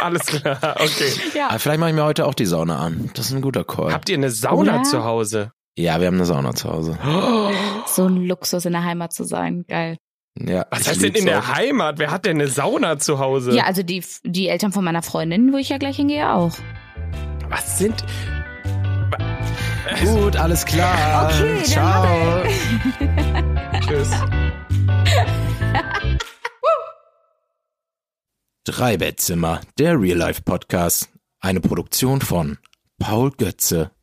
Speaker 3: Alles klar, okay.
Speaker 2: Ja,
Speaker 1: Aber vielleicht mache ich mir heute auch die Sauna an. Das ist ein guter Call.
Speaker 3: Habt ihr eine Sauna
Speaker 2: Oder?
Speaker 3: zu Hause?
Speaker 1: ja, wir haben eine Sauna zu Hause. Ah.
Speaker 2: so ein Luxus in der Heimat zu sein, geil.
Speaker 1: Ja,
Speaker 3: Was
Speaker 1: ich
Speaker 3: heißt denn
Speaker 1: lieb's
Speaker 3: in
Speaker 1: auch.
Speaker 3: der Heimat? Wer hat denn eine Sauna zu Hause?
Speaker 2: Ja, also die, die Eltern von meiner Freundin, wo ich ja gleich hingehe, auch.
Speaker 3: Was sind.
Speaker 1: Gut, alles klar.
Speaker 2: Okay, dann
Speaker 1: Ciao.
Speaker 3: Tschüss.
Speaker 1: Drei Bettzimmer, der Real Life Podcast. Eine Produktion von Paul Götze.